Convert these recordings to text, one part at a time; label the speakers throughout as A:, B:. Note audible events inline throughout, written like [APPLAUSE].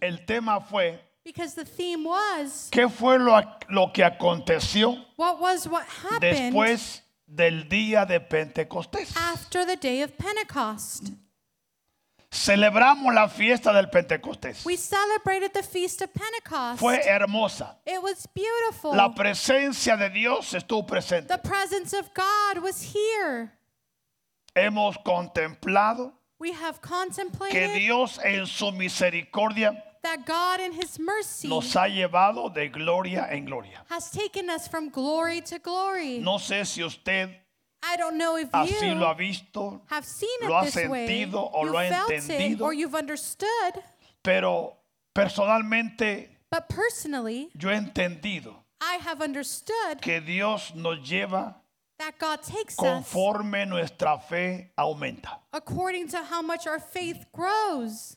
A: el tema fue
B: Because the theme was
A: qué fue lo, ac- lo que aconteció
B: what was what happened
A: después del día de Pentecostés.
B: after the day of Pentecost.
A: Celebramos la fiesta del Pentecostés.
B: We celebrated the feast of Pentecost.
A: Fue hermosa.
B: It was beautiful.
A: La presencia de Dios estuvo presente.
B: the presence of God was here.
A: Hemos contemplado
B: We have
A: que
B: contemplated
A: Dios en su misericordia
B: that God in his mercy
A: nos ha llevado de gloria en gloria.
B: has taken us from glory to glory.
A: No sé si usted
B: I don't know if
A: así
B: you
A: lo ha visto,
B: have seen it
A: lo ha
B: this way,
A: sentido o
B: you
A: lo ha
B: felt it
A: entendido.
B: or you've understood,
A: pero personalmente
B: but personally,
A: yo he entendido
B: I have understood
A: que Dios nos lleva
B: that God takes us
A: conforme nuestra fe aumenta.
B: according to how much our faith grows.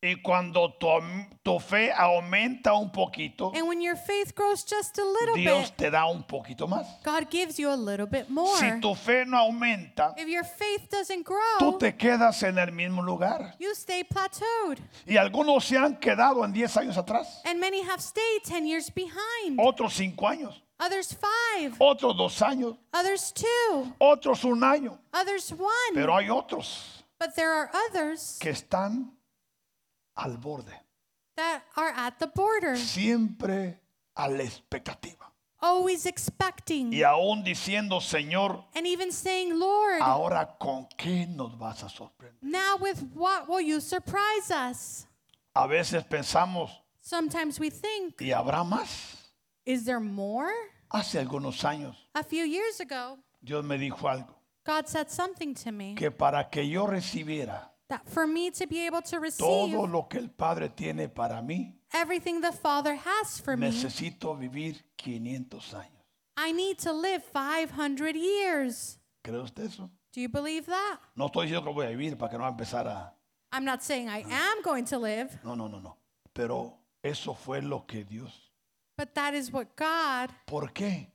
A: Y cuando tu, am- tu fe aumenta un poquito,
B: And when your faith grows just a little
A: Dios
B: bit,
A: te da un poquito más.
B: God gives you a little bit more.
A: Si tu fe no aumenta,
B: if your faith doesn't
A: tú
B: grow,
A: te quedas en el mismo lugar.
B: you stay plateaued.
A: Y algunos se han quedado en 10 años atrás,
B: And many have stayed 10 years behind,
A: otros 5 años,
B: others five,
A: otros 2 años,
B: others two,
A: otros un año.
B: others one.
A: Pero hay otros
B: but there are others
A: que están al borde,
B: that are at the border,
A: siempre a la expectativa.
B: always expecting
A: Y aún diciendo, Señor,
B: and even saying, Lord,
A: ahora con qué nos vas a sorprender.
B: now with what will you surprise us?
A: A veces pensamos,
B: Sometimes we think,
A: ¿y habrá más?
B: is there more?
A: Hace algunos años
B: A few years ago,
A: Dios me dijo algo,
B: God said something to me
A: que para que yo recibiera
B: that for me to be able to receive
A: todo lo que el Padre tiene para mí,
B: everything the Father has for me,
A: Necesito vivir 500 años.
B: I need to live 500 years.
A: ¿Cree usted eso?
B: Do you believe that?
A: No estoy diciendo que voy a vivir para que no va a empezar a...
B: I'm not saying I am going to live,
A: No, no, no, no. Pero eso fue lo que Dios...
B: but that is what God.
A: ¿Por qué?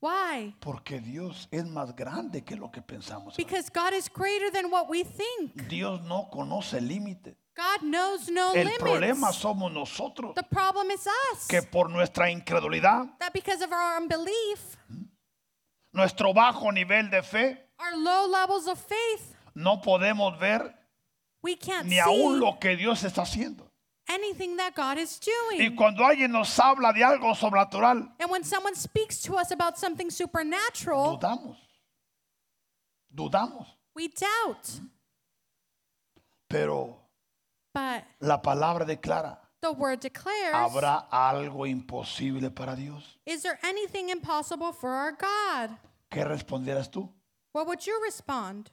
B: Why?
A: Porque Dios es más grande que lo que pensamos.
B: Because God is greater than what we think.
A: Dios no conoce límite.
B: God knows no
A: El
B: limits.
A: problema somos nosotros,
B: the problem is us.
A: que por nuestra incredulidad,
B: that because of our unbelief,
A: nuestro bajo nivel de fe,
B: our low levels of faith,
A: no podemos ver
B: we can't
A: ni
B: see
A: aún lo que Dios está haciendo.
B: anything that God is
A: Y
B: doing.
A: cuando alguien nos habla de algo sobrenatural,
B: and when someone speaks to us about something supernatural,
A: dudamos. Dudamos.
B: we doubt.
A: Pero
B: But
A: la palabra declara,
B: the word declares
A: habrá algo imposible para Dios.
B: Is there anything impossible for our God?
A: ¿Qué respondieras tú?
B: What would you respond?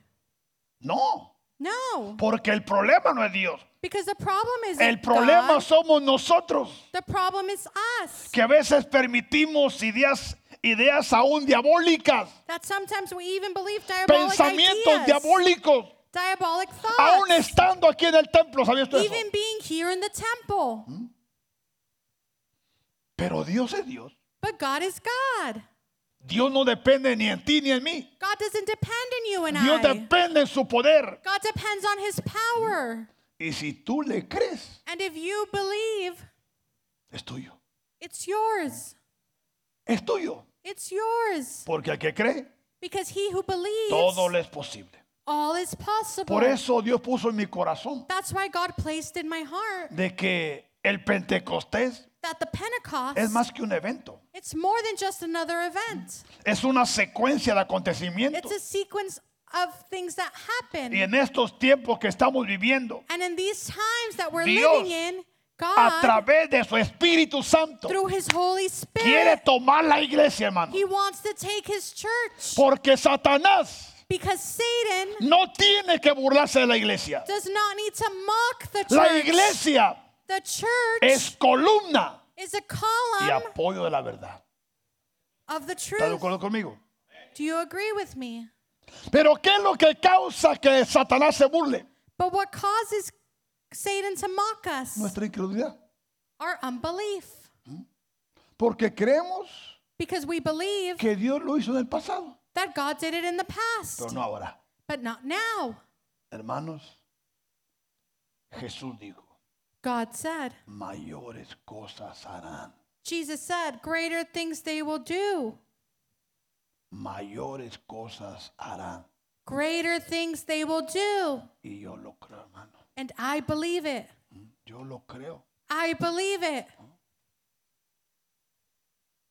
A: No,
B: No,
A: porque el problema no es Dios.
B: because the problem is
A: El problema
B: God.
A: somos nosotros,
B: The problem is us.
A: que a veces permitimos ideas, ideas aún diabólicas,
B: That sometimes we even believe diabolic
A: pensamientos
B: ideas,
A: diabólicos,
B: diabolic
A: aún
B: thoughts,
A: estando aquí en el templo, ¿sabías tú eso?
B: even being here in the temple.
A: Pero Dios es Dios.
B: But God is God.
A: Dios no depende ni en ti ni en mí.
B: God doesn't depend on you and
A: Dios
B: I.
A: depende en su poder.
B: God depends on His power.
A: Y si tú le crees,
B: And if you believe,
A: es tuyo.
B: it's yours.
A: Es tuyo.
B: It's yours.
A: Porque al que cree,
B: Because he who believes,
A: todo le es posible.
B: all is possible.
A: Por eso Dios puso en mi corazón
B: That's why God placed in my heart
A: de que el Pentecostés
B: that the Pentecost
A: es más que un evento.
B: it's more than just another event.
A: Es una secuencia de acontecimientos.
B: It's a sequence of things that happen.
A: Y en estos tiempos que estamos viviendo,
B: and in these times that we're
A: Dios,
B: living in,
A: a
B: God
A: través de su Espíritu Santo,
B: through his Holy Spirit
A: quiere tomar la iglesia, hermano.
B: he wants to take his church
A: Porque Satanás
B: because Satan
A: no tiene que burlarse de la iglesia.
B: does not need to mock the
A: La
B: church.
A: iglesia
B: the church
A: es columna
B: is a
A: y
B: column
A: apoyo de la verdad.
B: of the
A: ¿Está de
B: truth.
A: acuerdo conmigo?
B: Do you agree with me?
A: Pero ¿qué es lo que causa que Satanás se burle?
B: But what causes Satan to mock us?
A: Nuestra incredulidad.
B: Our unbelief.
A: Porque creemos
B: Because we believe
A: que Dios lo hizo en el pasado,
B: that God did it in the past,
A: pero no ahora.
B: but not now.
A: Hermanos, Jesús dijo,
B: God said,
A: mayores cosas harán.
B: Jesus said, greater things they will do.
A: Mayores cosas harán.
B: Greater things they will do.
A: Y yo lo creo, hermano.
B: And I believe it.
A: Yo lo creo.
B: I believe it.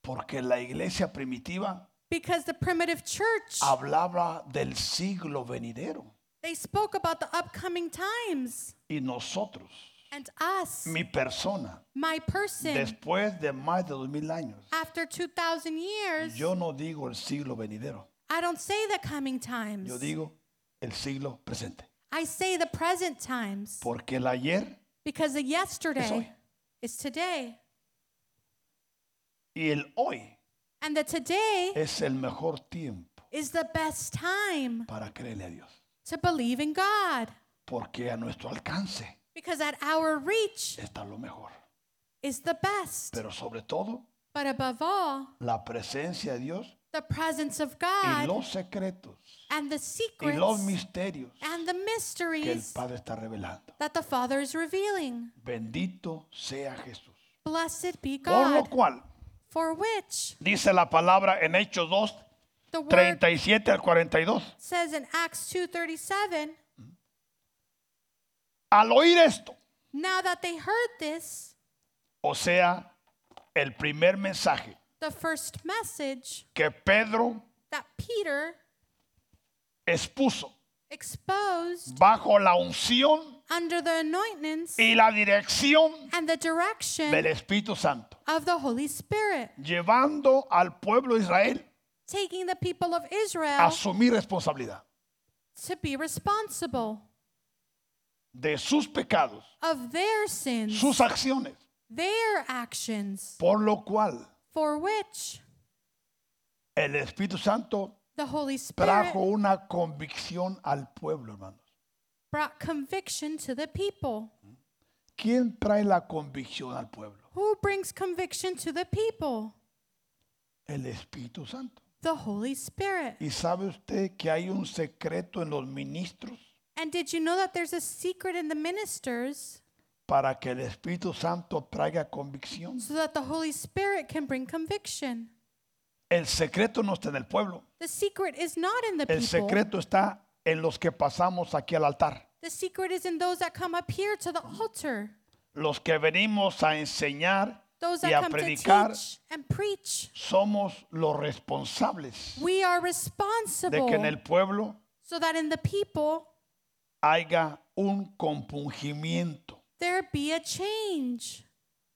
A: Porque la iglesia primitiva
B: Because the primitive church,
A: hablaba del siglo venidero.
B: they spoke about the upcoming times.
A: Y nosotros,
B: And us,
A: mi persona,
B: my person,
A: después de más de dos mil años,
B: after 2,000 years,
A: yo no digo el siglo venidero.
B: I don't say the coming times.
A: Yo digo el siglo presente.
B: I say the present times.
A: Porque el ayer
B: Because the
A: Es hoy.
B: yesterday is today.
A: y el hoy
B: And the today
A: es el mejor tiempo
B: is the best time
A: para creerle a Dios.
B: to believe in God.
A: Porque a nuestro alcance
B: Because at our reach
A: está lo mejor.
B: is the best.
A: Pero sobre todo,
B: But above all,
A: la presencia de Dios
B: the presence of
A: y
B: God
A: los secretos
B: and the
A: y los
B: secrets
A: misterios
B: and the
A: que el
B: mysteries
A: Padre está revelando.
B: that the Father is revealing.
A: Bendito sea Jesús.
B: Blessed be
A: Por lo
B: God,
A: cual,
B: for which
A: dice la palabra en Hechos 2,
B: the word
A: 37 al 42.
B: says in Acts 2:37,
A: Al oír esto,
B: now that they heard this,
A: o sea, el primer mensaje
B: the first message
A: que Pedro
B: that Peter
A: expuso
B: exposed
A: bajo la unción
B: under the anointings
A: y la dirección
B: and the direction
A: del Espíritu Santo,
B: of the Holy Spirit,
A: llevando al pueblo de Israel
B: taking the people of
A: a
B: Israel
A: asumir responsabilidad
B: to be responsible
A: de sus pecados,
B: of their sins,
A: sus acciones,
B: their actions,
A: por lo cual
B: for which
A: el Espíritu Santo
B: the Holy Spirit
A: trajo una convicción al pueblo, hermanos.
B: brought conviction to the people.
A: ¿Quién trae la convicción al pueblo?
B: Who brings conviction to the people?
A: El Espíritu Santo.
B: The Holy Spirit.
A: ¿Y sabe usted que hay un secreto en los ministros
B: And did you know that there's a secret in the ministers
A: para que el Espíritu Santo traiga convicción?
B: so that the Holy Spirit can bring conviction?
A: El secreto no está en el pueblo.
B: The secret is not in the
A: El
B: people.
A: secreto está en los que pasamos aquí al altar.
B: The secret is in those that come up here to the altar,
A: Los que venimos a enseñar
B: those
A: y
B: that
A: a
B: come to
A: predicar
B: teach and preach.
A: somos los responsables
B: We are
A: de
B: responsible
A: que en el pueblo
B: so that in the people
A: haya un compungimiento.
B: there be a change.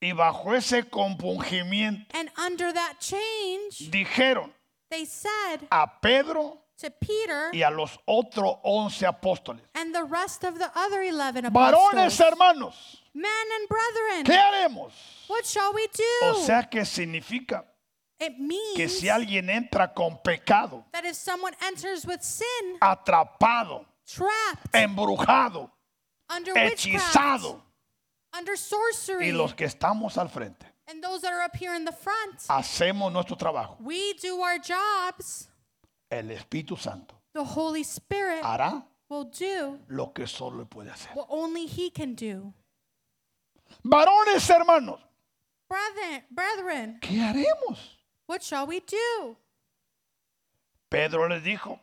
A: Y bajo ese compungimiento
B: And under that change,
A: dijeron
B: they said
A: a Pedro
B: to Peter
A: y a los otros once apóstoles,
B: and the rest of the other 11
A: varones
B: apostles,
A: hermanos,
B: men and
A: ¿qué
B: brethren,
A: haremos?
B: what shall we do?
A: O sea que significa
B: it
A: que
B: means
A: si alguien entra con pecado,
B: that if someone enters with sin,
A: atrapado,
B: trapped
A: embrujado,
B: under witchcraft,
A: hechizado,
B: under
A: y
B: sorcery,
A: los que estamos al frente,
B: and those that are up here in the front,
A: hacemos nuestro trabajo.
B: we do our jobs.
A: El Espíritu Santo
B: The Holy Spirit
A: hará
B: will do
A: lo que solo él puede hacer.
B: what only He can do.
A: Varones hermanos,
B: Brethren, brethren,
A: ¿qué haremos?
B: what shall we do?
A: Pedro les dijo,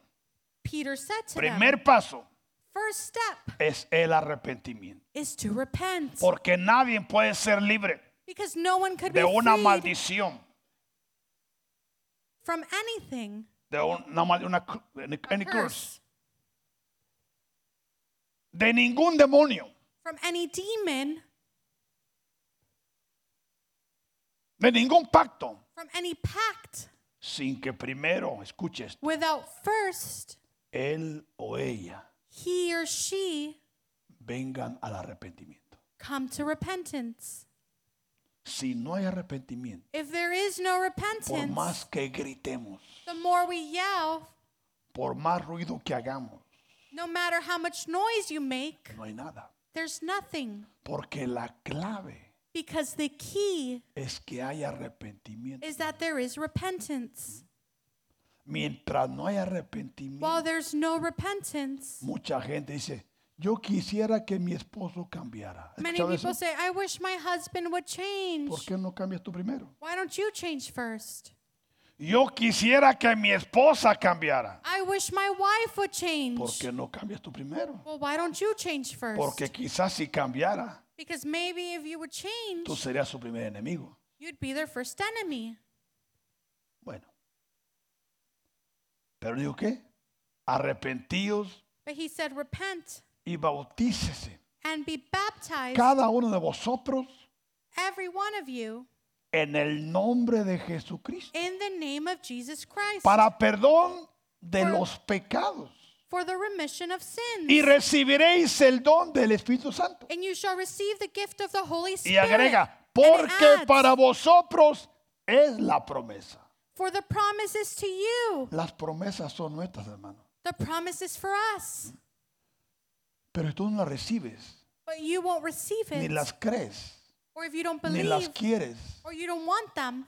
B: Peter said to them,
A: primer paso
B: first step
A: es el arrepentimiento.
B: is to repent.
A: Porque nadie puede ser libre
B: Because no one could be
A: de una
B: freed
A: maldición,
B: from anything.
A: de una, mal- una cru- any- any curse,
B: curse,
A: de ningún demonio,
B: From any demon,
A: de ningún pacto,
B: from any pact,
A: sin que primero, escuche esto,
B: without first
A: él o ella
B: he or she
A: vengan al arrepentimiento.
B: come to repentance.
A: Si no hay arrepentimiento,
B: If there is no
A: por
B: repentance,
A: más que gritemos,
B: the more we yell,
A: por más ruido que hagamos,
B: no matter how much noise you make,
A: no hay nada.
B: there's nothing.
A: Porque la clave
B: Because the key
A: es que hay arrepentimiento.
B: is that there is repentance.
A: Mientras no hay
B: While
A: arrepentimiento,
B: there's no repentance,
A: mucha gente dice, Yo quisiera que mi esposo cambiara.
B: Many
A: ¿Escuchaba
B: people
A: eso?
B: say, I wish my husband would change.
A: ¿Por qué no cambias tú primero?
B: Why don't you change first?
A: Yo quisiera que mi esposa cambiara.
B: I wish my wife would change.
A: ¿Por qué no cambias tú primero?
B: Well, why don't you change first?
A: Porque quizás si cambiara,
B: Because maybe if you would change,
A: tú serías su primer enemigo.
B: you'd be their first enemy.
A: Bueno. Pero digo qué? Arrepentíos
B: But he said, Repent
A: y bautícese
B: and be baptized,
A: cada uno de vosotros
B: every one of you,
A: en el nombre de Jesucristo
B: in the name of Jesus Christ
A: para perdón de
B: Por-
A: los pecados
B: for the remission of sins.
A: y recibiréis el don del Espíritu Santo.
B: and you shall receive the gift of the Holy
A: Y
B: Spirit.
A: agrega,
B: And it
A: porque
B: adds,
A: para vosotros es la promesa.
B: For the promises to you,
A: Las promesas son nuestras, hermano.
B: the promises for us.
A: Pero tú no las recibes,
B: But you won't receive
A: ni
B: it.
A: las crees,
B: or if you don't
A: ni las
B: believe,
A: quieres.
B: or you don't want them,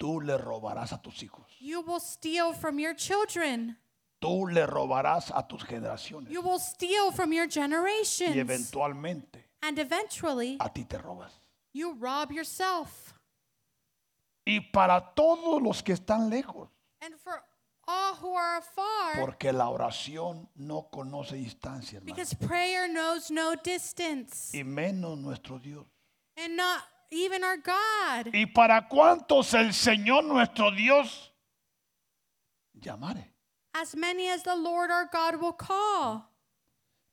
A: Tú le robarás a tus hijos.
B: you will steal from your children.
A: Tú le robarás a tus generaciones.
B: You will steal from your
A: Y
B: generations.
A: eventualmente
B: And eventually,
A: a ti te robas.
B: you rob yourself.
A: Y para todos los que están lejos,
B: And for all who are afar,
A: porque la oración no conoce distancia, hermano.
B: because prayer knows no distance,
A: y menos nuestro Dios.
B: and not even our God.
A: Y para cuantos el Señor nuestro Dios llamare.
B: As many as the Lord our God will call.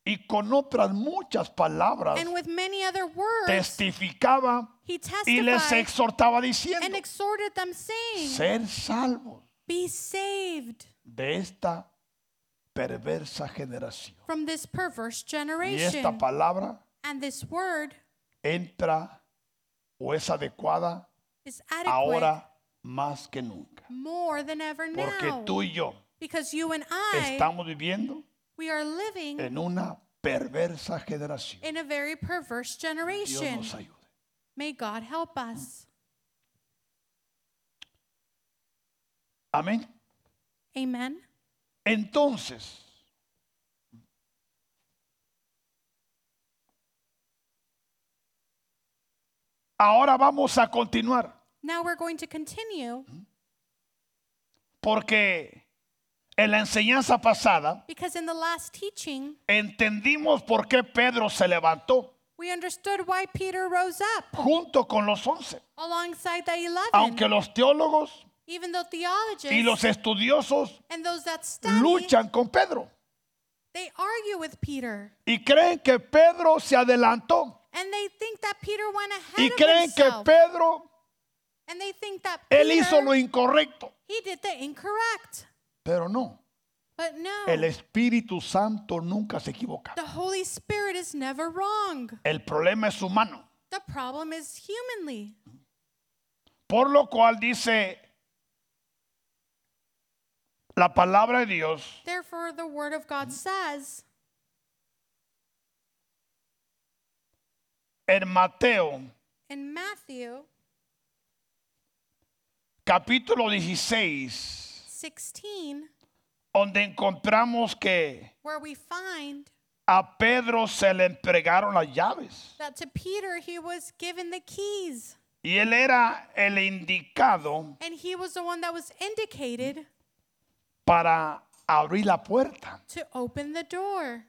A: Y con otras muchas palabras
B: And with many other words,
A: testificaba
B: he
A: y les
B: testified
A: exhortaba
B: and
A: diciendo,
B: exhorted them, saying,
A: ser salvos
B: Be saved
A: de esta perversa generación.
B: from this perverse
A: Y esta
B: generation.
A: palabra
B: And this word
A: entra o es adecuada
B: is adequate
A: ahora más que nunca.
B: more than ever
A: Porque
B: now.
A: tú y yo
B: Because you and I,
A: estamos viviendo
B: we are living
A: en una perversa generación.
B: in a very perverse
A: Dios
B: generation.
A: nos ayude.
B: May God help us.
A: Amén.
B: Amen.
A: Entonces, ahora vamos a continuar,
B: Now we're going to continue
A: porque en la enseñanza pasada
B: because in the last teaching,
A: entendimos por qué Pedro se levantó
B: we understood why Peter rose up
A: junto con los once.
B: alongside the 11.
A: Aunque los teólogos
B: Even though
A: y los
B: theologists
A: estudiosos
B: and those that study,
A: luchan con Pedro
B: they argue with Peter.
A: y creen que Pedro se adelantó
B: And they think that Peter went
A: y
B: ahead of
A: creen que
B: himself.
A: Pedro,
B: and they think that
A: él
B: Peter,
A: hizo lo incorrecto.
B: he did the incorrect.
A: Pero no,
B: But no,
A: El Espíritu Santo nunca se equivoca.
B: the Holy Spirit is never wrong.
A: El problema es humano.
B: The problem is humanly.
A: Por lo cual dice la palabra de Dios
B: Therefore, the Word of God says
A: en Mateo
B: in Matthew
A: capítulo 16,
B: 16,
A: donde encontramos que
B: where we find
A: a Pedro se le entregaron las llaves
B: that to Peter he was given the keys,
A: y él era el indicado
B: and he was the one that was indicated
A: para abrir la puerta.
B: to open the door.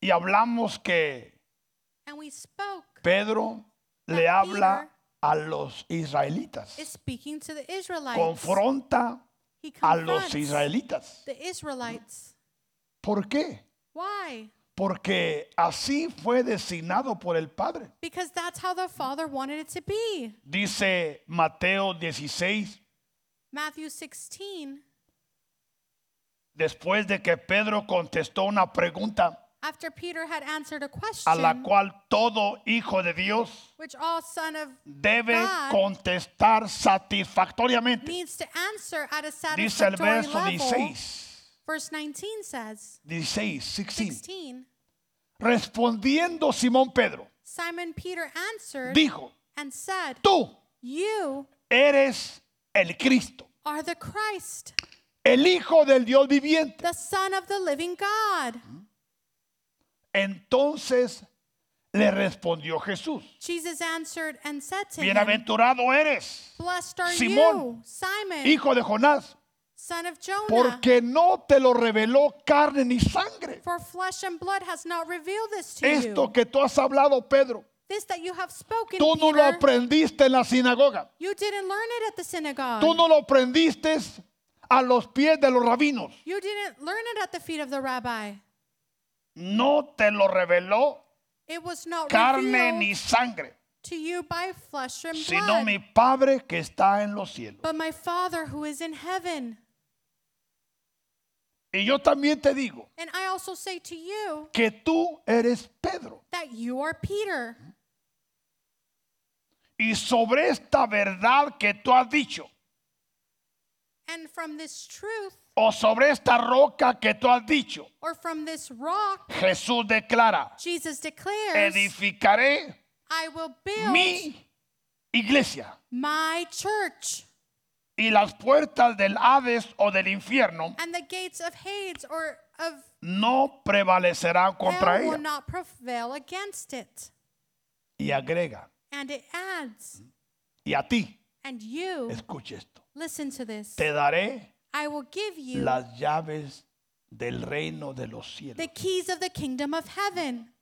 A: Y hablamos que
B: And we spoke,
A: Pedro le
B: That
A: habla
B: Peter-
A: a los israelitas.
B: is speaking to the Israelites.
A: confronta
B: He
A: a los
B: confronts
A: israelitas.
B: the Israelites.
A: ¿Por qué?
B: Why?
A: Porque así fue designado por el Padre.
B: Because that's how the Father wanted it to be.
A: Dice Mateo 16,
B: Matthew 16,
A: después de que Pedro contestó una pregunta
B: after Peter had answered a
A: a la
B: question,
A: cual todo hijo de Dios
B: which all son of
A: debe
B: God
A: contestar satisfactoriamente.
B: needs to answer at a
A: Dice el
B: satisfactory
A: verso
B: level.
A: 16,
B: Verse 19 says,
A: 16, 16.
B: 16,
A: Respondiendo Simón Pedro,
B: Simon Peter answered
A: dijo,
B: and said,
A: tú
B: You
A: eres el Cristo.
B: are the Christ,
A: el Hijo del Dios viviente.
B: the Son of the living God.
A: Entonces le respondió Jesús,
B: Jesus answered and said to him,
A: bienaventurado eres,
B: Blessed are
A: Simón,
B: you, Simon,
A: hijo de Jonás,
B: son of Jonah,
A: porque no te lo reveló carne ni sangre.
B: for flesh and blood has not revealed this to
A: Esto
B: you.
A: que tú has hablado, Pedro,
B: This that you have spoken,
A: tú no lo
B: Peter,
A: aprendiste en la sinagoga,
B: you didn't learn it at the synagogue.
A: tú no lo aprendiste a los pies de los rabinos,
B: You didn't learn it at the feet of the rabbi.
A: no te lo reveló
B: It was not
A: carne
B: revealed
A: ni sangre,
B: to you by flesh and
A: sino
B: blood,
A: mi Padre que está en los cielos.
B: but my Father who is in heaven.
A: Y yo también te digo
B: And I also say to you
A: que tú eres Pedro.
B: that you are Peter,
A: Y sobre esta verdad que tú has dicho,
B: and from this truth,
A: o sobre esta roca que tú has dicho,
B: or from this rock,
A: Jesús declara,
B: Jesus declares,
A: edificaré
B: I will build
A: mi iglesia.
B: my church,
A: Y las puertas del Hades o del infierno
B: and the gates of Hades or of
A: no prevalecerán contra
B: hell will
A: ella.
B: not prevail against it.
A: Y agrega,
B: And it adds,
A: y a ti,
B: and you,
A: escucha esto,
B: listen to this,
A: te daré
B: I will give you
A: las llaves del reino de los
B: the
A: cielos.
B: keys of the kingdom of heaven.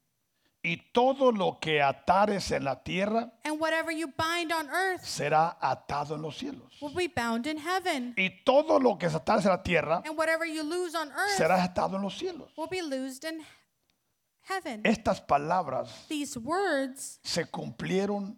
A: Y todo lo que atares en la tierra
B: And whatever you bind on earth
A: será atado en los cielos.
B: will be bound in heaven.
A: Y todo lo que se atare en la tierra
B: And whatever you lose on earth
A: será atado en los cielos.
B: will be loosed in heaven.
A: Estas palabras
B: These words
A: se cumplieron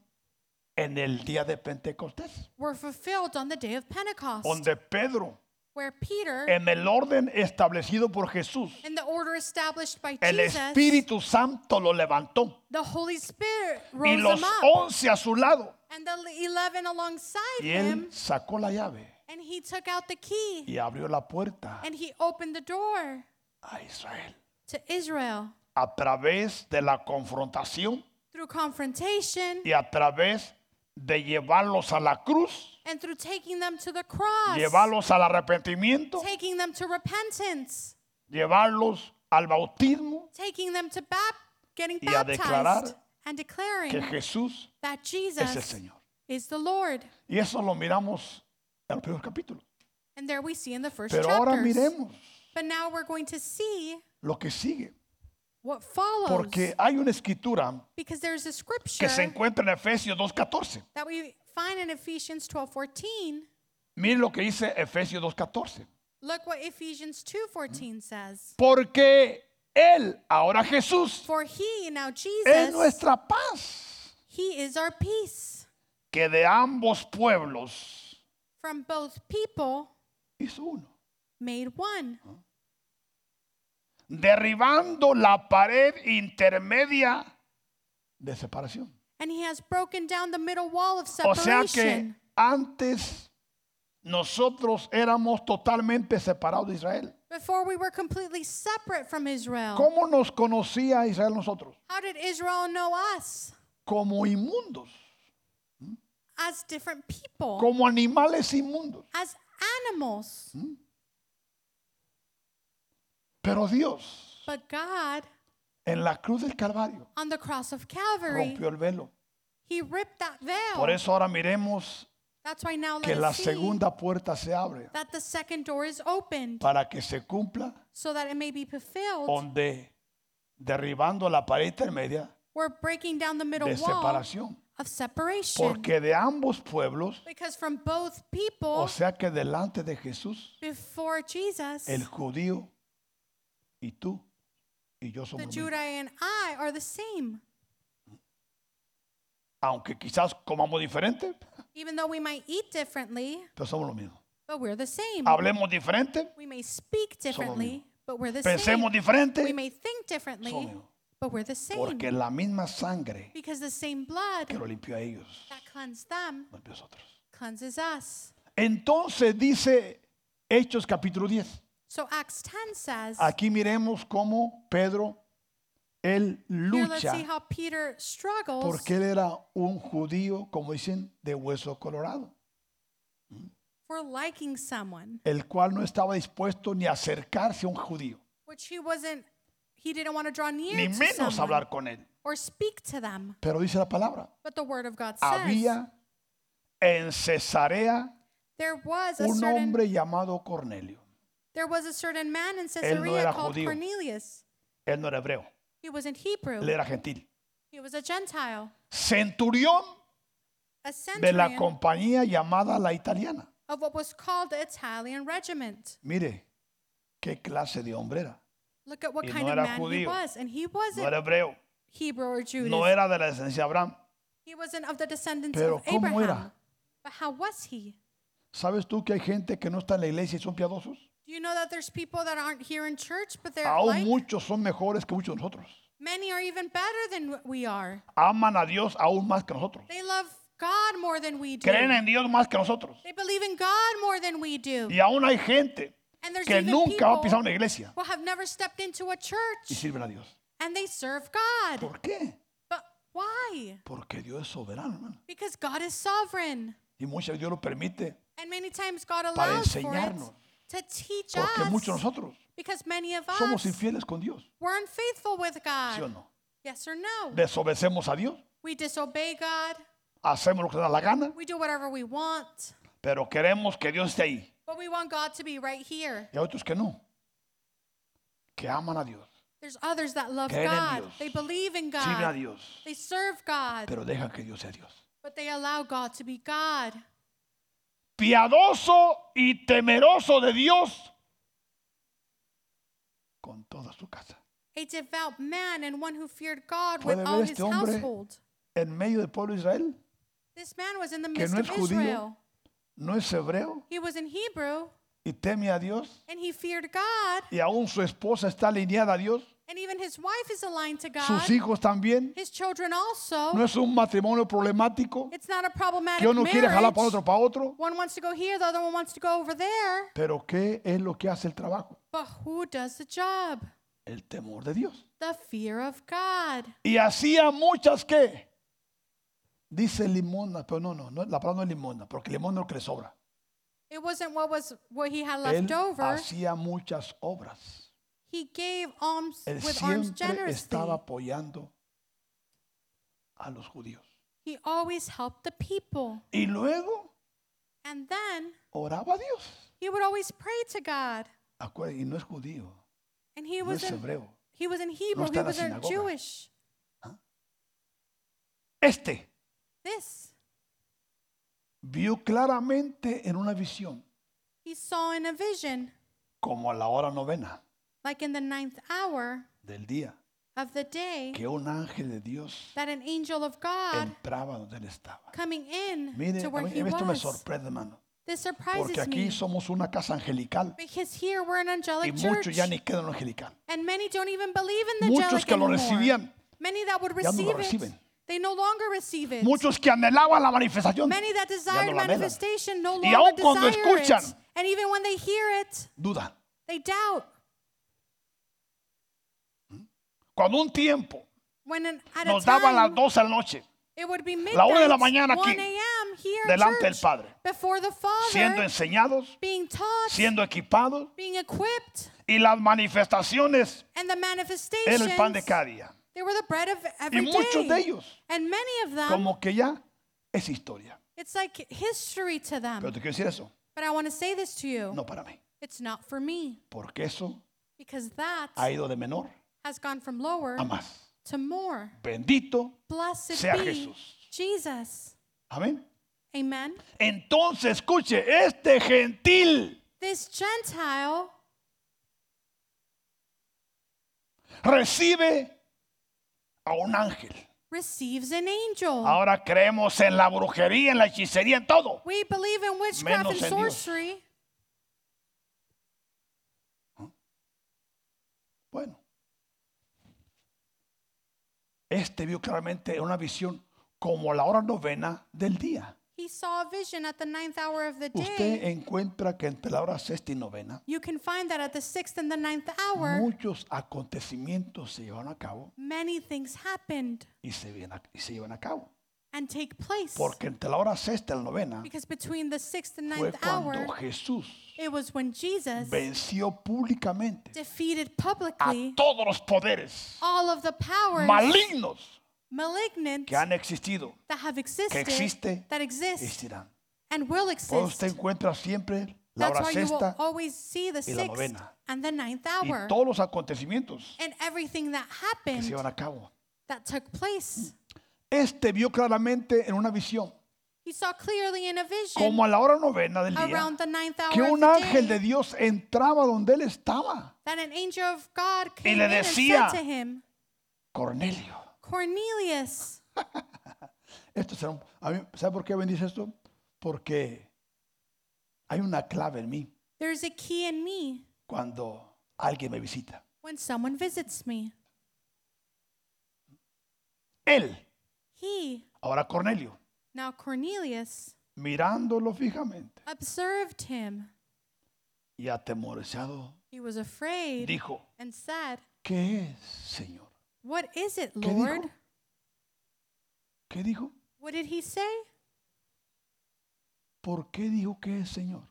A: en el día de Pentecostés,
B: were fulfilled on the day of Pentecost,
A: donde Pedro,
B: where Peter,
A: en el orden establecido por Jesús,
B: in the order established by
A: el
B: Jesus,
A: Espíritu Santo lo levantó
B: the Holy Spirit
A: y
B: rose
A: los
B: him up,
A: once a su lado.
B: and the eleven alongside
A: Y él
B: him,
A: sacó la llave
B: and he took out the key,
A: y abrió la puerta
B: and he opened the door
A: a Israel
B: to Israel
A: a través de la confrontación
B: through confrontation
A: y a través de llevarlos a la cruz,
B: and through taking them to the cross.
A: llevarlos al arrepentimiento,
B: taking them to repentance,
A: llevarlos al bautismo,
B: taking them to bap- getting
A: Y a
B: baptized,
A: declarar
B: and
A: que
B: declaring
A: Jesús
B: that
A: es el
B: Jesus
A: Señor.
B: is the Lord.
A: Y eso lo miramos en los primeros capítulos.
B: And there we see in the first
A: Pero ahora
B: chapters.
A: miremos
B: But now we're going to see
A: lo que sigue,
B: what follows,
A: porque hay una escritura
B: because there's a scripture
A: que se encuentra en Efesios 2.14.
B: that we find in Ephesians 12:14.
A: Miren lo que dice Efesios 2.14.
B: Look what Ephesians 2:14 says.
A: Porque Él, ahora Jesús,
B: For he, now
A: es
B: Jesus,
A: nuestra paz,
B: he is our peace
A: que de ambos pueblos
B: from both people
A: hizo uno.
B: made one.
A: derribando la pared intermedia de separación.
B: And he has broken down the middle wall of
A: O sea que
B: separation.
A: antes nosotros éramos totalmente separados de Israel.
B: Before we were completely separate from Israel.
A: ¿Cómo nos conocía Israel nosotros?
B: How did Israel know us?
A: Como inmundos,
B: As different people,
A: como animales inmundos.
B: as animals.
A: ¿Mm? Pero Dios
B: But God,
A: en la cruz del Calvario
B: on the cross of Calvary,
A: rompió el velo.
B: he ripped that veil.
A: Por eso ahora miremos
B: That's why now
A: que
B: let
A: la
B: us see
A: segunda puerta se abre
B: that the second door is opened
A: para que se cumpla
B: so that it may be fulfilled.
A: donde derribando la pared intermedia
B: We're breaking down the middle
A: de
B: wall
A: separación.
B: of separation.
A: Porque de ambos pueblos,
B: because from both people,
A: o sea que delante de Jesús,
B: before Jesus,
A: el judío y tú y yo
B: the
A: somos lo
B: Judah
A: mismo.
B: and I are the same.
A: Aunque quizás comamos diferente,
B: Even though we might eat differently,
A: pero somos lo mismo.
B: but we're the same.
A: Hablemos diferente,
B: We may speak differently, but we're the
A: pensemos
B: same. We
A: diferente,
B: may think
A: somos lo
B: differently,
A: mismo.
B: but we're the same.
A: Porque la misma sangre
B: Because the same
A: que
B: blood
A: lo limpió a ellos,
B: that cleansed them
A: nos limpió a nosotros.
B: cleanses us.
A: Entonces dice Hechos capítulo 10.
B: So Acts 10 says,
A: Aquí miremos cómo Pedro, él
B: here let's see
A: lucha
B: how Peter struggles
A: Porque él era un judío, como dicen, de hueso colorado,
B: for liking someone,
A: el cual no estaba dispuesto ni a acercarse a un judío.
B: which he wasn't He didn't want to draw near
A: ni
B: to
A: menos
B: someone
A: hablar con él.
B: or speak to them.
A: Pero dice la palabra,
B: But the word of God says
A: había en Cesarea
B: there was a
A: un
B: certain
A: hombre llamado Cornelio.
B: there was a certain man in
A: no
B: Caesarea
A: era
B: called
A: judío.
B: Cornelius.
A: Él no era hebreo,
B: He wasn't Hebrew.
A: él era gentil.
B: He was a Gentile,
A: Centurión
B: a
A: de la
B: centurion
A: compañía llamada la italiana.
B: of what was called the Italian regiment.
A: Mire, qué clase de hombre era.
B: Look at what
A: Y
B: kind
A: no
B: of
A: era
B: man he
A: judío.
B: was, and he
A: No
B: wasn't
A: era hebreo,
B: Hebrew or Jewish.
A: no era de la descendencia de Abraham.
B: He wasn't of the descendants
A: Pero
B: of
A: ¿cómo era?
B: Abraham. But how was he?
A: ¿Sabes tú que hay gente que no está en la iglesia y son piadosos?
B: Do you know that there's people that aren't here in church, but they're
A: Aún
B: like
A: muchos son mejores que muchos de nosotros.
B: many are even better than what we are.
A: Aman a Dios aún más que nosotros.
B: They love God more than we do.
A: Creen en Dios más que nosotros.
B: They believe in God more than we do.
A: Y aún hay gente
B: And there's
A: que
B: even
A: nunca ha
B: people
A: pisado una iglesia
B: who have never stepped into a
A: y
B: church
A: sirven a Dios.
B: and they serve God.
A: ¿Por qué?
B: But why?
A: Porque Dios es soberano, hermano.
B: Because God is sovereign.
A: Y muchas veces Dios lo permite.
B: And many times God
A: Para
B: allows for it
A: enseñarnos.
B: to teach
A: Porque
B: us.
A: muchos de nosotros
B: because many of
A: somos
B: us
A: infieles con Dios.
B: were unfaithful with God.
A: ¿Sí o no?
B: Yes or no?
A: Desobedecemos a Dios.
B: We disobey God.
A: Hacemos lo que nos da la gana.
B: We do whatever we want.
A: Pero queremos que Dios esté ahí.
B: But we want God to be right here.
A: Y hay otros que no. Que aman a Dios.
B: There's others that love
A: Creen en
B: God.
A: Dios.
B: They believe in
A: Sirven a
B: God.
A: Dios.
B: They serve God.
A: Pero dejan que Dios sea Dios.
B: But they allow God to be God.
A: piadoso y temeroso de Dios con toda su casa.
B: A devout man and one who feared God
A: ¿Puede
B: with
A: ver
B: all
A: este
B: his
A: hombre?
B: household.
A: En medio del pueblo de Israel,
B: This man was in the
A: Que
B: midst
A: no
B: of
A: es judío.
B: Israel.
A: no es hebreo
B: He was in Hebrew
A: y teme a Dios
B: and he feared God.
A: y aún su esposa está alineada a Dios,
B: And even his wife is aligned to
A: sus
B: God.
A: hijos también.
B: His children also.
A: No es un matrimonio problemático
B: It's not a problematic
A: que uno quiere jalar para
B: marriage.
A: otro, para otro.
B: One wants to go here, the other one wants to go over there.
A: Pero ¿qué es lo que hace el trabajo?
B: But who does the job?
A: El temor de Dios.
B: The fear of God.
A: Y hacía muchas que dice limona, pero no, no, no, la palabra no es limona, porque limón no es lo que le sobra.
B: It wasn't what was what he had left
A: Él
B: over.
A: hacía muchas obras.
B: He gave alms
A: Él
B: with arms
A: siempre
B: generously.
A: estaba apoyando a los judíos.
B: He always helped the people.
A: Y luego
B: And then
A: oraba a Dios.
B: he would always pray to God.
A: Acuérdense, y no es judío,
B: And he
A: no
B: was
A: es
B: in,
A: hebreo.
B: he was in Hebrew,
A: está
B: he
A: en la
B: wasn't
A: sinagoga.
B: Jewish.
A: Este
B: This
A: vio claramente en una visión,
B: he saw in a vision,
A: como a la hora novena
B: like in the ninth hour
A: del día,
B: of the day,
A: que un ángel de Dios
B: that an angel of God
A: entraba donde él estaba.
B: coming in
A: Mire,
B: to
A: a
B: where
A: mí-
B: he
A: a mí esto me
B: was.
A: sorprende, hermano,
B: This
A: porque
B: surprises
A: aquí
B: me
A: somos una casa angelical
B: because here we're an
A: y
B: angelic
A: muchos
B: church,
A: ya ni quedan en lo angelical.
B: and many don't even believe in the
A: Muchos
B: angelic
A: que lo
B: anymore.
A: recibían
B: Many that would
A: ya no lo
B: receive it,
A: reciben.
B: they no longer receive it.
A: Muchos que anhelaban la manifestación
B: Many that desired
A: lo anhelan.
B: manifestation no
A: Y
B: longer
A: aun cuando
B: desire it,
A: escuchan.
B: and even when they hear it,
A: duda.
B: they doubt.
A: Cuando un tiempo
B: When an, at a
A: nos daban las
B: time
A: 12 de la noche,
B: It would be midnight,
A: hora de la mañana aquí,
B: 1 a.m. here in
A: delante del
B: church,
A: Padre.
B: before the Father,
A: siendo enseñados,
B: being taught,
A: siendo equipados,
B: being equipped,
A: y las manifestaciones
B: and the manifestations,
A: eran el pan de cada día.
B: they were the bread of
A: Y
B: every day.
A: muchos de ellos,
B: and many of them,
A: como que ya es historia.
B: it's like history to them.
A: Pero te quiero decir eso,
B: but I want to say this to you.
A: no para mí,
B: It's not for me,
A: porque eso
B: because that
A: ha ido de menor
B: has gone from lower
A: a más.
B: to more.
A: Bendito
B: Blessed
A: sea
B: be
A: Jesús.
B: Jesus.
A: Amén.
B: Amen.
A: Entonces, escuche, este gentil
B: This Gentile
A: recibe a un ángel.
B: receives an angel.
A: Ahora creemos en la brujería, en la hechicería, en todo.
B: we believe in witchcraft
A: Menos
B: and
A: en Dios.
B: sorcery.
A: Bueno, este vio claramente en una visión como la hora novena del día.
B: He saw a vision at the ninth hour of the
A: Usted
B: day.
A: encuentra que entre la hora sexta y novena
B: You can find that at the sixth and the ninth hour,
A: muchos acontecimientos se llevan a cabo
B: many things happened
A: y se, vienen a- y se llevan a cabo.
B: and take place.
A: Porque entre la hora sexta y la novena
B: Because between the sixth and
A: fue
B: ninth hour
A: cuando Jesús
B: It was when Jesus
A: venció públicamente
B: defeated
A: a
B: publicly
A: todos los poderes
B: all of the powers
A: malignos
B: malignant
A: que han existido,
B: that have existed
A: existe,
B: that exist
A: existirán.
B: and will
A: Por eso
B: exist.
A: usted encuentra siempre la
B: That's
A: hora
B: why you will
A: sexta
B: always see the
A: y la
B: sixth
A: novena.
B: and the ninth
A: y
B: hour
A: todos los acontecimientos
B: and everything that
A: que se
B: happened
A: llevan a cabo.
B: that took place.
A: Este vio claramente en una visión,
B: He saw clearly in a vision
A: como a la hora novena del día,
B: around the ninth hour
A: que
B: of
A: un
B: the
A: ángel de
B: day
A: Dios entraba donde él estaba.
B: that an angel of God came
A: le
B: in and said
A: decía,
B: to him,
A: Cornelio.
B: Cornelius.
A: Esto será un- a mí- ¿Sabe por qué bendice esto? Porque hay una clave en mí
B: There's a key in me
A: cuando alguien me visita.
B: when someone visits me.
A: Él,
B: He,
A: ahora Cornelio,
B: now Cornelius,
A: mirándolo fijamente
B: observed him.
A: y atemorizado,
B: He was afraid
A: dijo,
B: and said,
A: ¿qué es, Señor?
B: What is it,
A: dijo?
B: Lord?
A: ¿Qué dijo?
B: What did he say?
A: ¿Por qué dijo que es, Señor?